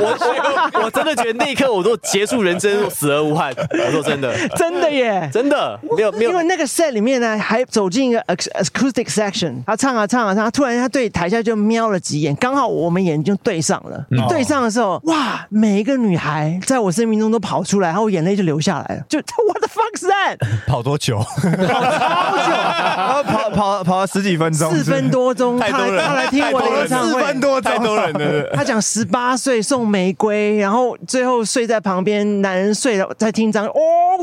我我我真的觉得那一刻我都结束人生，死而无憾。我说真的，
真的耶！
真的没有没有
因为那个 set 里面呢，还走进一个 ac- acoustic section，他唱啊唱啊唱啊，突然他对台下就瞄了几眼，刚好我们眼睛对上了。
嗯
一对上的时候，哇，每一个女孩在我生命中都跑出来，然后我眼泪就流下来了，就 What the fuck is that？
跑多久？
然后跑跑跑了十几分钟，
四分多钟，
太
他
多
来
人了，
他来听
太
我
多
的演
人了，
唱
四
会，
分多太多人了。
他讲十八岁送玫瑰，然后最后睡在旁边，男人睡了在听张。哦、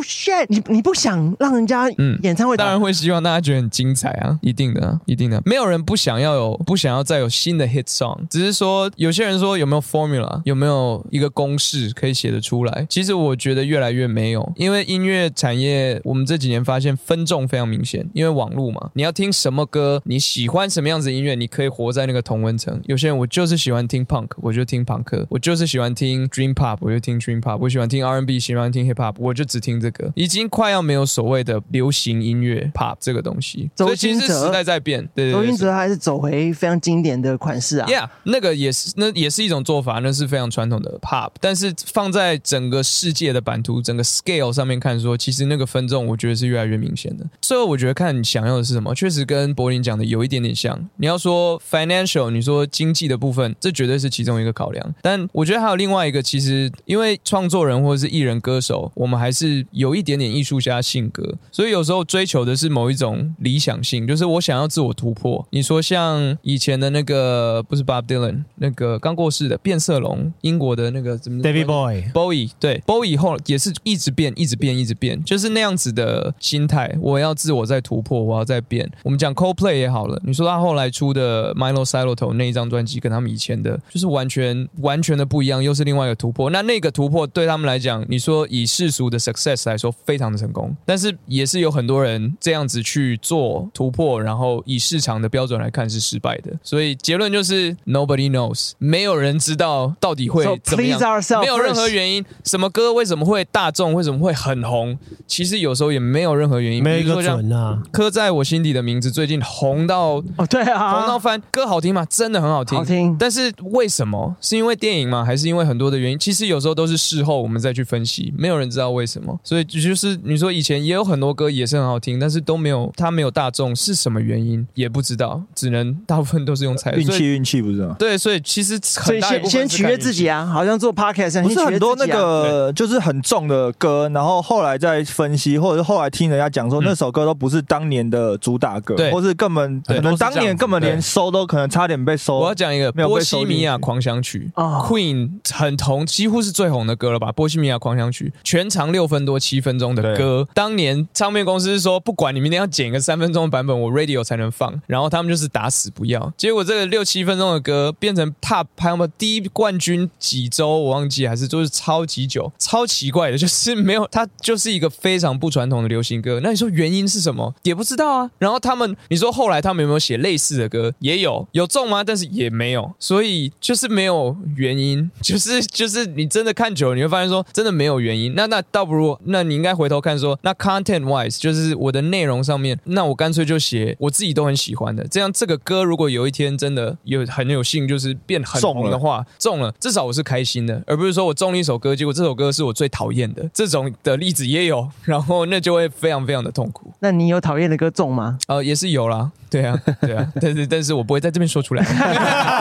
shit！你你不想让人家演唱会、
嗯当然会希望大家觉得很精彩啊，一定的、啊，一定的、没有人不想要有，不想要再有新的 hit song，只是说有些人说有没有 formula，有没有一个公式可以写得出来？其实我觉得越来越没有，因为音乐产业我们这几年发现分众非常明显，因为网络嘛，你要听什么歌，你喜欢什么样子的音乐，你可以活在那个同温层。有些人我就是喜欢听 punk，我就听朋克；我就是喜欢听 dream pop，我就听 dream pop；我喜欢听 R&B，喜欢听 hip hop，我就只听这个。已经快要没有所谓的流行音乐 pop 这个东西，
周
所以其
兴
实
哲
时代在变。对对
周
对
星
对
哲还是走回非常经典的款式啊。
Yeah，那个也是，那也是一种做法，那是非常传统的 pop，但是放在整个世界的版图、整个 scale 上面看说，其实那个分众我觉得是越来越明显的。最后我觉得看你想要的是什么，确实跟柏林讲的有一点点像。你要说 financial，你说经济的部分，这绝对是其中一个考量。但我觉得还有另外一个，其实因为创作人或者是艺人、歌手，我们还是有一点点艺术家性格，所以有时候追求的是某一种理想性，就是我想要自我突破。你说像以前的那个不是 Bob Dylan，那个刚过世的变色龙，英国的那个怎么
David Boy。
Bowie 对 Bowie 后也是一直变，一直变，一直变，就是那样子的心态。我要自我在突破，我要再变。我们讲 Coldplay 也好了，你说他后来出的 Milo s i l o t o 那一张专辑，跟他们以前的，就是完全完全的不一样，又是另外一个突破。那那个突破对他们来讲，你说以世俗的 success 来说，非常的成功，但是也是有很多人这样子去做突破，然后以市场的标准来看是失败的。所以结论就是 nobody knows，没有人知道到底会
So
怎么样
please ourselves
没有任何
first
原因，什么歌为什么会大众，为什么会很红？其实有时候也没有任何原因，
没有一
比如
个
说像
准啊，
刻在我心底的名字，最近红到
哦，对
红到
啊，
翻，歌好听吗？真的很好听，
好听
但是为什么？是因为电影吗？还是因为很多的原因？其实有时候都是事后我们再去分析，没有人知道为什么。所以就是你说以前也有很多歌也是很好听，但是都没有它没有大众，是什么原因也不知道，只能大部分都是用猜的
运。
所
气
以
运气不是吗？
对，所以其实
所
很
以
大一
先
部分
先
是
取
看
悦
运
自
气
己啊，好像做 podcast 一样
不是
先取悦
很多
自
那
己啊
个就是很重的歌，然后后来再分析，或者是后来听人家讲说那首歌都不是当年的主打歌
对，
或是根本
对
可能当
都是这
年
样子
根本连
对
收都可能差点被收。
我要讲一个
没有
波
被收
西米亚
进去
狂想曲
哦
Queen 很红，几乎是最红的歌了吧？波西米亚狂想曲全长六分多七分钟的歌，当年唱片公司是说，不管你明天要剪一个三分钟的版本，我 radio 才能放，然后他们就是打死不要。结果这个六七分钟的歌变成 top 排行榜第一冠军几周，我忘记还是就是超级久，超奇怪的，就是没有它就是一个非常不传统的流行歌。那你说原因是什么？也不知道啊。然后他们，你说后来他们有没有写类似的歌？也有，有中吗？但是也没有，所以就是没有原因， 就是就是你真的看久了，你会发现说真的没有原因。那那倒不如，那你应该回头看说，那 content wise 就是我的内容上面，那我干脆就写我自己都很喜欢的，这样这个歌如果有一天真的有很有幸就是变很
中
红的
了
话，中了，至少我是开心的，而不是说我中了一首歌，结果这首歌是我最讨厌的，这种的例子也有，然后那就会非常非常的痛苦。
那你有讨厌的歌中 吗？
啊 呃，也是有啦，对啊，对啊，但是但是我不会在这边说出来。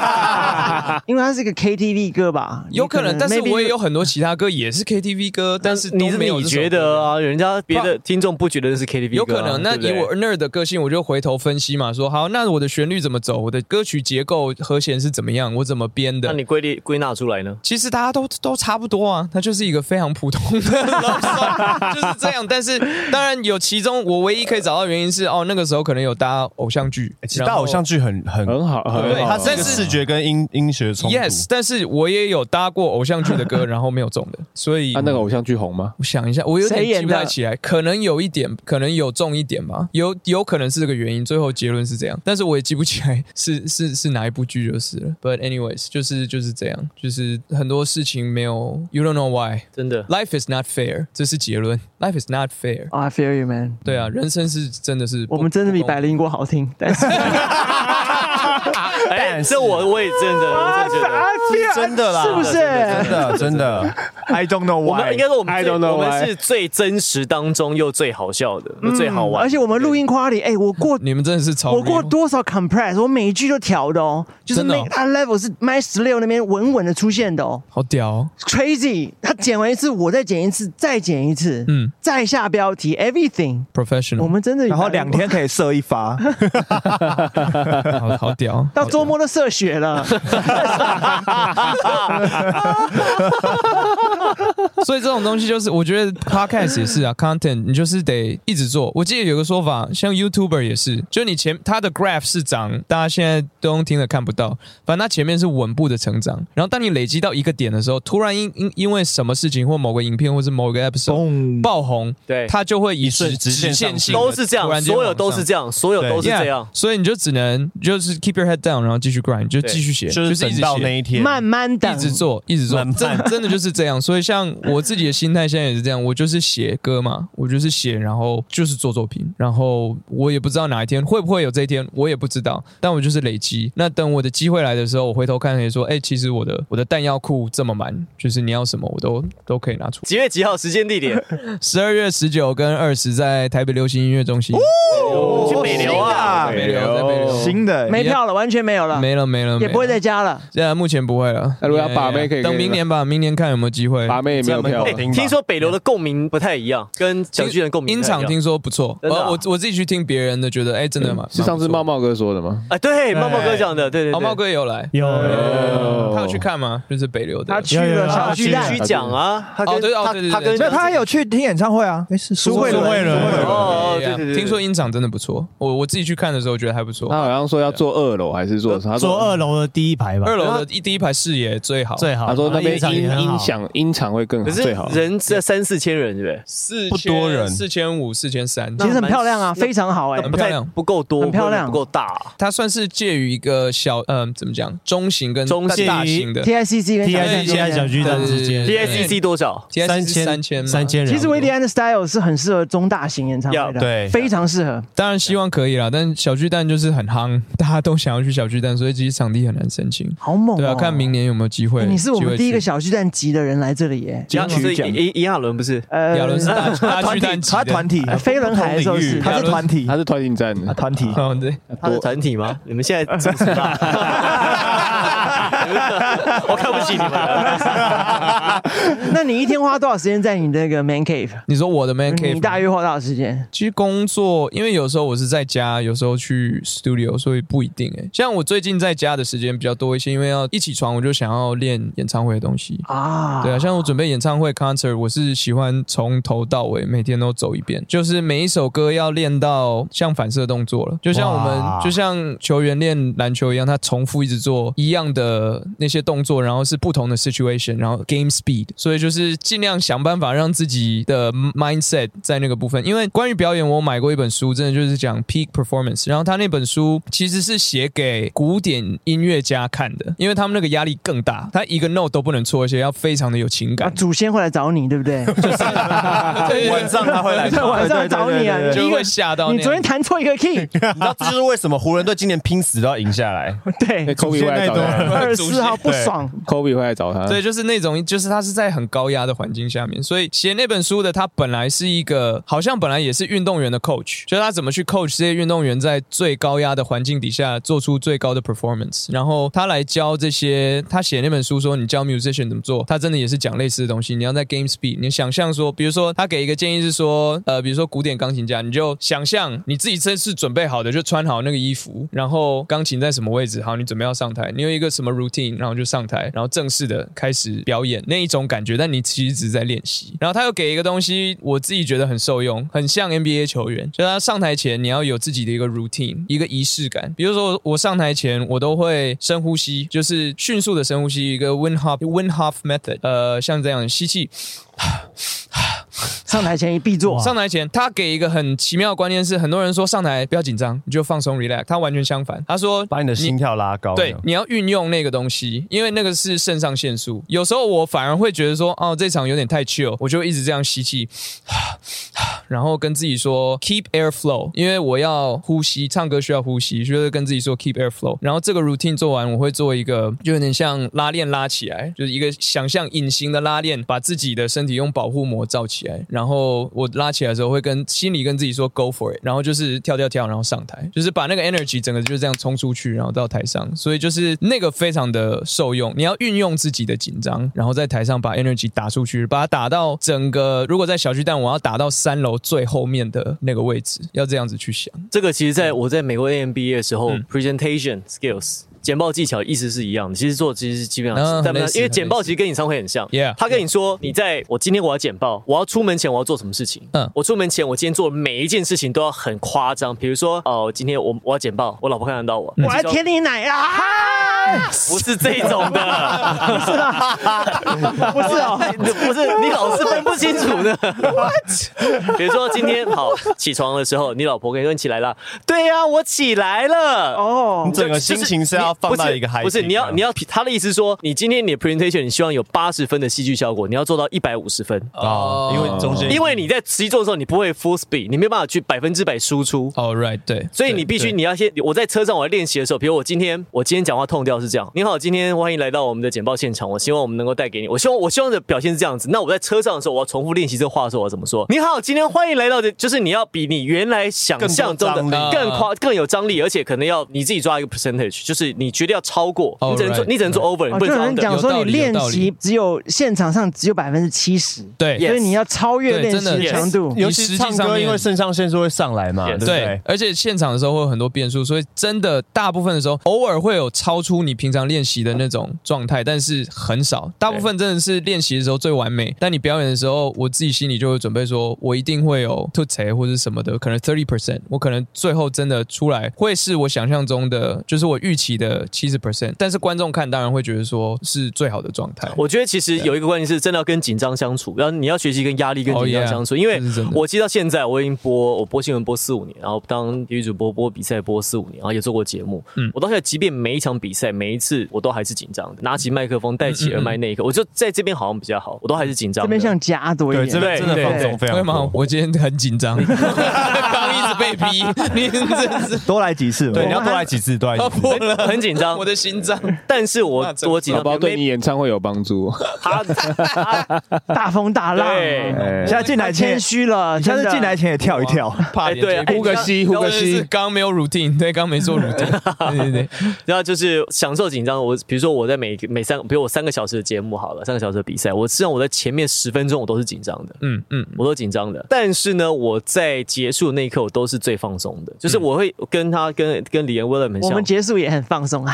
因为它是一个 KTV 歌吧，
有可能，但是
maybe
我也有很多其他歌也是 KTV 歌，但是
你
都
是
没有
你
这首
觉
歌
得啊，人家别的听众不觉得是 KTV，
有
歌
可
啊
能。那
对
以
不对
我 nerd 的个性，我就回头分析嘛，说好，那我的旋律怎么走，我的歌曲结构和弦是怎么样，我怎么编
那
的。
你归类归纳出来呢？
其实大家都都差不多啊，它就是一个非常普通的 love song，就是这样。但是当然有其中我唯一可以找到的原因是哦，那个时候可能有搭偶像剧，
哎其实大偶像剧很很
很好，很
对，它
好
是
但
一个
是
视觉跟音音学冲突。
yes，但是我也有搭过偶像剧的歌，然后没有中的，所以
啊，那个偶像剧红吗？
我想一下，我有点
谁演
记不太
的
起来，可能有一点，可能有重一点吧，有有可能是这个原因。最后结论是这样，但是我也记不起来 是是是哪一部剧就是了。But anyways，就是就是这样，就是很多事情没有，you don't know why。
真的，
Life is not fair，这是结论。Life is not fair。
啊、I feel you man，
对啊，人生是真的是不
哦我们真的比
不公
百灵果好听，但 是
哎，这我我也真的，我真的觉得。
是真的啦，
是不
真
是？
的真的，
？I don't know
我们
why
应。该说我们
I
最
don't know
我们
why
是最真实当中又最好笑的，最好玩。
嗯而且我们录音 quality，哎、我过
你们真的是超
我过
real
多少 compress，我每一句都调的哦，就是
真的哦
那它 level 是 Max 十六那边稳稳的出现的哦
好屌、哦，
，crazy。他剪完一次，我再剪一次，再剪一次，
嗯
再下标题 everything。我
professional，
们真的，
然后两天可以射一发，
好好屌。哦
到周末都射血了，
所以这种东西就是，我觉得 podcast 也是啊，content 你就是得一直做。我记得有个说法，像 YouTuber 也是，就你前它的 graph 是涨，大家现在都用听的看不到，反正它前面是稳步的成长，然后当你累积到一个点的时候，突然因因因为什么事情或某个影片或是某个 episode 爆红，
对
它就会以
一瞬
直
直线
线
上
性的
都是
突
这样，
然间
所有
往
都
上
是这样，所有都是这样
Yeah，。所以你就只能就是 keep your head down，然后继续 grind，就
对
继续写，就
就是
一
等
直
到
写。
那一天，
慢慢等
一，直做，一直做
慢，慢
真真的就是这样。所以像我自己的心态现在也是这样，我就是写歌嘛，我就是写，然后就是做作品，然后我也不知道哪一天会不会有这一天，我也不知道，但我就是累积。那等我的机会来的时候，我回头看可以说，哎、其实我的我的弹药库这么满，就是你要什么我都都可以拿出。
几月几号？时间地点？
十二月十九跟二十在台北流行音乐中心，
哦
去北流啊！
北流在北流
新的
没票了，完全没有了，
没了没了，
也不会
没了
再加了。
现在目前不会了。
那如果要把妹
Yeah，yeah，yeah
可以
等明年吧，明年看有没有机会。
把妹也没有啊票
哎
了，
听吧
听说北流的共鸣不太一样，跟小巨人共鸣
音
不太一样
场听说不错，
真的啊
呃我我自己去听别人的，觉得哎，真的吗？
嗯是上次茂茂哥说的吗？
啊，对，茂茂哥讲的，对对
哦，
对，
茂哥也有来，
有
哦他
他
有去看吗？就是北流
他
的，
去
有有有
了小
他
巨
必
蛋
须，讲啊，他
哦
跟
对哦
他
对对对
他跟
对
那他有去听演唱会啊？诶是苏
慧伦
伦，
苏慧伦
哦哦对对对对
听说音场真的不错，我我自己去看的时候觉得还不错
他。好像说要坐二楼还是坐他说
坐二楼的第一排吧，
二楼的一第一排视野最好，
最好。
他说那
啊
边
音响
音
也很好
音响音场会更好，
可
最
是
好。
人这三四千人，对不对？
四
不多人
四千五、四千三，
其实很漂亮啊，非常好哎
很。
不
漂
太
亮
不够多，
很漂亮
不够大，啊
它算是介于一个小嗯，怎么讲，中型跟
中型
大型的
TICC 跟
T
小
I C
对
巨
C
蛋
和小巨蛋之间
对
T
对
I C C 多少？
T I
三
C
千
三千嘛
三。千人，
其实 维
啊
迪安的 Style 是很适合中大型演唱会
Yeah，
的，
对
非常适合。
当然希望可以啦，但小巨蛋就是很夯，大家都想要去小巨蛋，所以其实场地很难申请。
好猛、哦！
对啊，看明年有没有机会。
欸你是我
机
们
会
第一个
去
小巨蛋级的人来这里耶。
亚是炎炎亚纶不是？
呃
亚伦是大大
团
巨
体
蛋，
他团体，
呃飞轮海的时候是，
他是团体
他，是团体战
啊
的，
团体。
哦对，
呃他的团体吗？ 你们现在怎么知道 我看不起你们啊了。
那你一天花多少时间在你那个 man cave？
你说我的 man cave，
你大
吗
约花多少时间？
其实工作，因为有时候我是在家，有时候去 studio，所以不一定哎、像我最近在家的时间比较多一些，因为要一起床我就想要练演唱会的东西。
啊，
对啊，像我准备演唱会 concert，我是喜欢从头到尾每天都走一遍，就是每一首歌要练到像反射动作了，就像我们
哇
就像球员练篮球一样，他重复一直做一样的那些动作，然后是不同的 situation，然后 game speed，所以就是尽量想办法让自己的 mindset 在那个部分。因为关于表演，我买过一本书，真的就是讲 peak performance，然后他那本书其实是写给古典音乐家看的，因为他们那个压力更大，他一个 note 都不能错，而且要非常的有情
啊，
感。
祖先会来找你，对 不对？
对
晚上他会来
在 晚上来找你啊，
对对对对对
你 第
就
一个
会吓到那样
你昨天弹错一个 key，
你知道这就是为什么湖人队今年拼死都要赢下来，
那
对，
科比会来找
祖先那一
他
二十四号不
对
爽，
科比会来找他。
对，就是那种种就是他是在很高压的环境下面，所以写那本书的他本来是一个好像本来也是运动员的 coach，就是他怎么去 coach 这些运动员在最高压的环境底下做出最高的 performance，然后他来教这些，他写那本书说你教 musician 怎么做，他真的也是讲类似的东西，你要在 game speed，你想象说，比如说他给一个建议是说，呃，比如说古典钢琴家，你就想象你自己真是准备好的，就穿好那个衣服，然后钢琴在什么位置，好，你准备要上台，你有一个什么 routine，然后就上台，然后正式的开始表演那一种感觉，但你其实只是在练习。然后他又给一个东西，我自己觉得很受用，很像 NBA 球员，就他上台前你要有自己的一个 routine，一个仪式感。比如说我我上台前我都会深呼吸，就是迅速的深呼吸，一个 Win Hof Win Hof method，呃，像这样吸气。
上台前一必做，
上台前，他给一个很奇妙的观念是，很多人说上台不要紧张，你就放松 relax。他完全相反，他说
把你的心跳拉高。
对，你要运用那个东西，因为那个是肾上腺素。有时候我反而会觉得说，哦，这场有点太 chill，我就一直这样吸气， 然后跟自己说 keep air flow，因为我要呼吸，唱歌需要呼吸，所以就跟自己说 keep air flow。然后这个 routine 做完，我会做一个就有点像拉链拉起来，就是一个想象隐形的拉链，把自己的身体用保护膜罩起来。然后我拉起来的时候，会跟心里跟自己说 go for it，然后就是跳跳跳，然后上台，就是把那个 energy 整个就这样冲出去，然后到台上。所以就是那个非常的受用，你要运用自己的紧张，然后在台上把 energy 打出去，把它打到整个。如果在小巨蛋，我要打到三楼最后面的那个位置，要这样子去想。
这个其实在我在美国 AMBA 的时候、p
嗯
r e s e n t a t i o n skills。简报技巧意思是一样的，其实做其实基本上
嗯
是，但
类似
因为简报
类似
其实跟演唱会很像
Yeah，
他跟你说，你在我今天我要简报，我要出门前我要做什么事情？
嗯
嗯，我出门前我今天做的每一件事情都要很夸张，比如说哦，今天我我要简报，我老婆看得到我，
嗯
我来舔你奶 啊！
不是这种 的，啊
是啊，不是哦，
不是你老是分不清楚的。 比如说今天好起床的时候，你老婆跟你说你起来了，对呀、我起来了。
哦，
整个心情是要放到一个 high，
不是
peak
你要
的
你要他的意思是说，你今天你的 presentation 你希望有八十分的戏剧效果，你要做到一百五十分，
哦，因为中间
因为你在实际做的时候你不会 full speed，你没有办法去百分之百输出。
All 哦 right，对，
所以你
对
必须，
对
你要先，我在车上我在练习的时候，比如我今天我今天讲话痛调是这样，你好，今天欢迎来到我们的简报现场，我希望我们能够带给你，我希望我希望的表现是这样子。那我在车上的时候，我要重复练习这话的时候，我要怎么说？你好，今天欢迎来到的，就是你要比你原来想象中
张
更多
的
力啊
更夸更有张力，而且可能要你自己抓一个 percentage，就是你绝对要超过，
Alright，
你只能做你只能做 over，你
哦
不
就
能做
有人
under。
讲说
有道
你
理
练
有道
习
理
只有现场上只有百分之七十，
对
所以你要超越
对
练习
真的
的强度。
尤
你实
其
际
唱
上
歌，
面
因为肾上腺素会上来嘛，对
Yes
不对？
而且现场的时候会有很多变数，所以真的大部分的时候，偶尔会有超出你平常练习的那种状态，但是很少。大部分真的是练习的时候最完美，但你表演的时候，我自己心里就会准备说，我一定会有吐槽或者什么的，可能 thirty percent，我可能最后真的出来会是我想象中的，就是我预期的七十 percent，但是观众看当然会觉得说是最好的状态。
我觉得其实有一个关键是真的要跟紧张相处，然后你要学习跟压力跟
Oh,
紧
yeah，
张相处。因为
这是真的
我其实到现在我已经播我播新闻播四五年，然后当体育主播播比赛播四五年，然后也做过节目。
嗯
我到现在即便每一场比赛每一次我都还是紧张的，拿起麦克风戴
嗯
起耳麦那一刻，我就在这边好像比较好，我都还是紧张的。
这边像加多一
对，这
点，
边真的
对
放松非
对
常
吗
多？。
哎我今天很紧 张，刚一直被批，你真是
多来几次嘛。
对，你要多来几次，多来
要
几次。
破了
很紧张
我，的心脏。
但是我
那真
我紧
宝
张
宝对你
没
演唱会有帮助。
他他
大风大浪，
对
哎
现在进来
太谦
前，
虚了，
下
真
次
的
进来前也跳一跳。
哎对啊，
呼个吸，呼
然后
个
就是
吸。
刚没有 routine，对，刚没做 routine，对对对，
然后就是享受紧张。我比如说我在每每三，比如我三个小时的节目好了，三个小时的比赛，我实际上我在前面十分钟我都是紧张的，
嗯嗯，
我都紧张的。但是呢，我在结束的那一刻，我都是最放松的，就是我会跟他跟跟李岩 William 很
我
像
们。结束也很放 松啊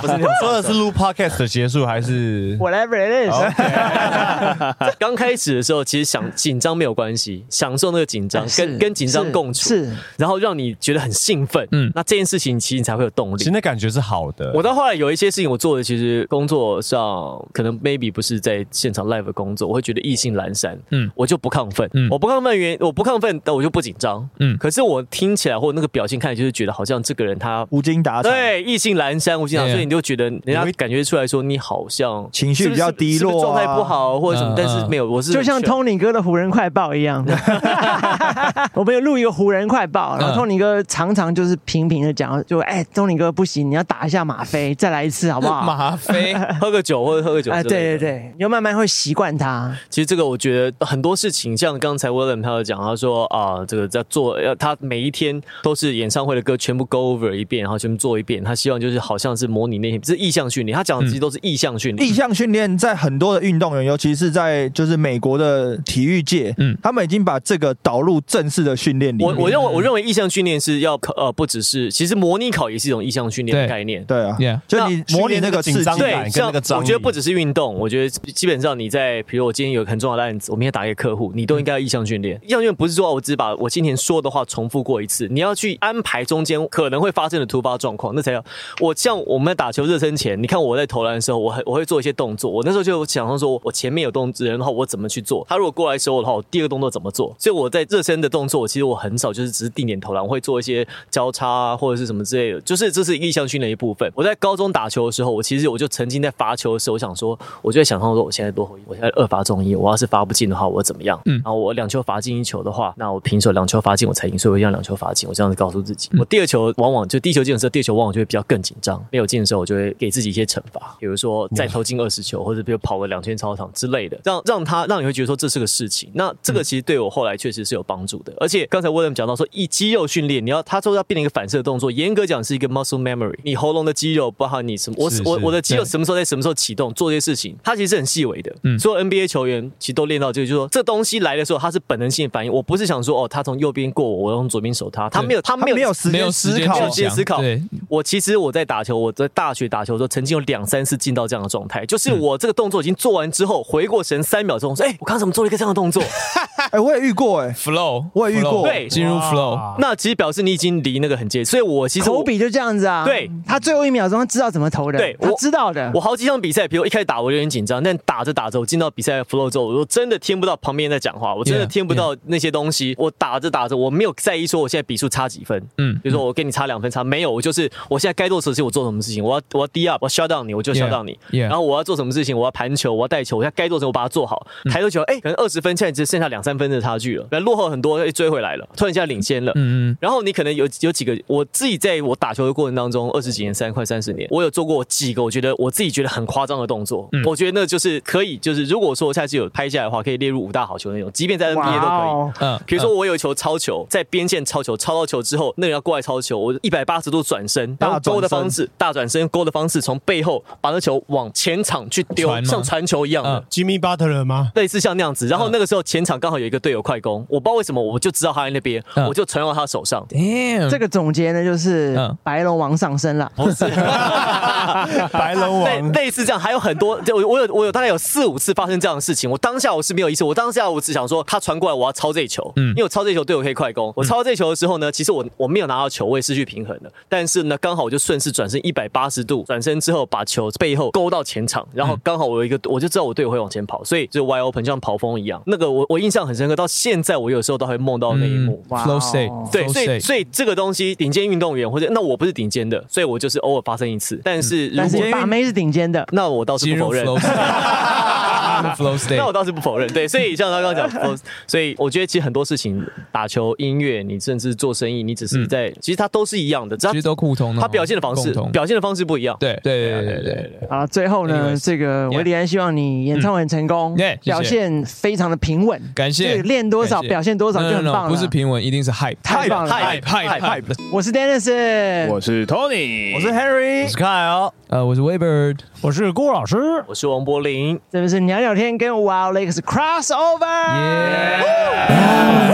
不是那种
说的是录 podcast 的结束还是？
，whatever it is，
刚开始的时候，其实想紧张没有关系，享受那个紧张，
哎是
跟跟紧张
是
共处，
是
然后让你觉得很兴奋。
嗯
嗯，那这件事情其实你才会有动力
其实。那感觉是好的。
我到后来有一些事情我做的，其实工作上可能 maybe 不是在现场 live 的工作，我会觉得意兴阑珊，
嗯
嗯，我就不亢奋，
嗯
嗯，我不亢奋的原因，我不亢奋，但我就不紧张，
嗯
嗯，可是我听起来或那个表情看起来，就是觉得好像这个人他
无精打搭讪，，
对，意兴阑珊，我心想，
对
所以你就觉得人家
有一
感觉出来说你好像
情绪比较低落啊
是不是状态不好或者什么
嗯，
但是没有，我是
就像
很
托尼哥的湖人快报一 样， 我们有录一个湖人快报，然后
嗯
托尼哥常常就是频频的讲，就哎，托尼哥不行，你要打一下吗啡，再来一次好不 好？
吗啡，
喝个酒或者喝个酒
哎，
之类
对对
的
对，你就慢慢会习惯他。
其实这个我觉得很多事情，像刚才 William 他有讲，他说啊，这个在做，要他每一天都是演唱会的歌全部 go over 一遍，然后全部做一遍。他希望就是好像是模拟那些，这是意向训练。他讲的其实都是意向训练。
意向训练在很多的运动员，尤其是在就是美国的体育界，
嗯
嗯，他们已经把这个导入正式的训练里
我
面。
我认为我认为意向训练是要呃不只是，其实模拟考也是一种意向训练的
对
概念。
对啊
Yeah
就你模拟那个刺
训练那个紧
激
张，感
对，
跟
像
那个张力
我觉得不只是运动，我觉得基本上你在，比如我今天有一个很重要的案子，我明天打给客户，你都应该要意向训练。意向训练不是说哦我只把我今天说的话重复过一次，你要去安排中间可能会发生的突发状况，那才要。我像我们在打球热身前，你看我在投篮的时候，我很我会做一些动作，我那时候就想说说，我前面有动人的话，我怎么去做？他如果过来守我的话，我第二个动作怎么做？所以我在热身的动作，我其实我很少就是只是定点投篮，我会做一些交叉啊或者是什么之类的，就是这是意向训练的一部分。我在高中打球的时候，我其实我就曾经在罚球的时候，我想说，我就在想象说，我现在多投一，我现在二罚中一，我要是罚不进的话，我怎么样？
嗯
然后我两球罚进一球的话，那我平手两球罚进我才赢，所以我一定要两球罚进。我这样子告诉自己，
嗯
我第二球往往就第一球进的时候，第二球往往就会比较更紧张，没有进的时候，我就会给自己一些惩罚，比如说再投进二十球，或者比如跑了两圈操场之类的，让让他让你会觉得说这是个事情。那这个其实对我后来确实是有帮助的。而且刚才 William 讲到说，以肌肉训练，你要他说要变成一个反射动作，严格讲是一个 muscle memory，你喉咙的肌肉，包含你什么，我
是
我
是
我的肌肉
对
什么时候在什么时候启动做这些事情，它其实是很细微的。
嗯
嗯，所有 NBA 球员其实都练到这个，就是说这东西来的时候，他是本能性反应。我不是想说哦，他从右边过我，我用左边守他，他没有，他
他
没有，
没有时
没有
间
时
思
间
考
没有
去
时间
想，
思考
对，
我其实我在打球，我在大学打球的时候，曾经有两三次进到这样的状态，就是
嗯
我这个动作已经做完之后，回过神三秒钟，说：“哎、我刚刚怎么做了一个这样的动作
哎，我也遇过哎，
flow，
我也遇过
flow，
对
进入 flow，
哇？”
那其实表示你已经离那个很接近。所以，我其实我
投笔就这样子啊，
对，
他最后一秒钟他知道怎么投的，
对
他
我
知道的
我。好几场比赛，比如一开始打我有点紧张，但打着打着，我进到比赛的 flow 之后，我真的听不到旁边人在讲话，我真的
Yeah,
听不到那些东西。我打着打着，我没有在意说我现在比数差几分，
嗯
嗯，比如说我跟你差两分差，没有，我就是我现在该做什么事情我做什么事情，我要我要 D up，我 shut down 你，我就 shut
Yeah,
down 你
yeah
然后我要做什么事情，我要盘球，我要带球，我现在该做什么我把它做好。抬头球，哎、可能二十分，现在只剩下两三分的差距了，本来落后很多，哎追回来了，突然一下领先了，
嗯嗯，
然后你可能有有几个，我自己在我打球的过程当中，二十几年、三快三十年，我有做过几个我觉得我自己觉得很夸张的动作。我觉得那就是可以，就是如果说我下次有拍下来的话，可以列入五大好球那种，即便在 NBA 呃都可以。
哦，
嗯，
比如说我有一球超球，在边线超球，超到球之后，那个人要过来超球，我一百八十度转身，然后
大转身
勾的方式，大转身勾的方式，从背后把那球往前场去丢
传，吗
像传球一样的
嗯。
Jimmy Butler 吗？
类似像那样子，然后那个时候前场刚好有一个队友快攻，我不知道为什么，我就知道他在那边，
嗯
我就传到他手上，
嗯，damn，
这个总结呢就是
嗯
白龙王上身了。
不是 白龙
类
王，
类似这样，还有很多，就我我有我有大概有四五次发生这样的事情。我当下我是没有意识，我当下我只想说他传过来，我要抄这一球，
嗯
因为我抄这一球队友可以快攻。我
嗯
抄到这一球的时候呢，其实我我没有拿到球，我也失去平衡了。但是呢，刚好我就顺势转身一百八十度，转身之后把球背后勾到前场，然
嗯
后刚好我有一个，我就知道我队友会往前跑，所以就 wide open，就像跑风一样。那个我我印象很深刻，到现在我有时候都还会梦到那一幕。
嗯
哇
嗯 flow
哦
state，
对，所以
flow state
所以这个东西，顶尖运动员或者那我不是顶尖的，所以我就是偶尔发生一次。但是如
嗯但
果
是把妹是顶尖的，
那我倒是
进
不
入
否认。
flow state，进入 flow
那我
state，
倒是不否认，对，所以像他刚刚讲 flow，所以我觉得其实很多事情，打球、音乐，你甚至做生意，你
嗯
只是在，其实它都是一样的，只
其实
是
都互通
它
的，
它表现的方式
嗯共同，
表现的方式不一样。
对对对对对对，
啊，最后呢，
Anyways，
这个
yeah 嗯
维里安希望你演唱会很成功
Yeah，谢谢
表现非常的平稳，
感谢
对练多少
感谢
表现多少就
No,
很
no, no，
棒了。
不是平稳，一定是 hype，
太棒了
hype hype
hype，
hype，
我是 Dennis，
我是 Tony，
我是 Henry，
看哦，
呃，我是 Weber，
我是郭老师，
我是王柏林，
这边是聊聊天跟 Wow Lakes Crossover。
耶。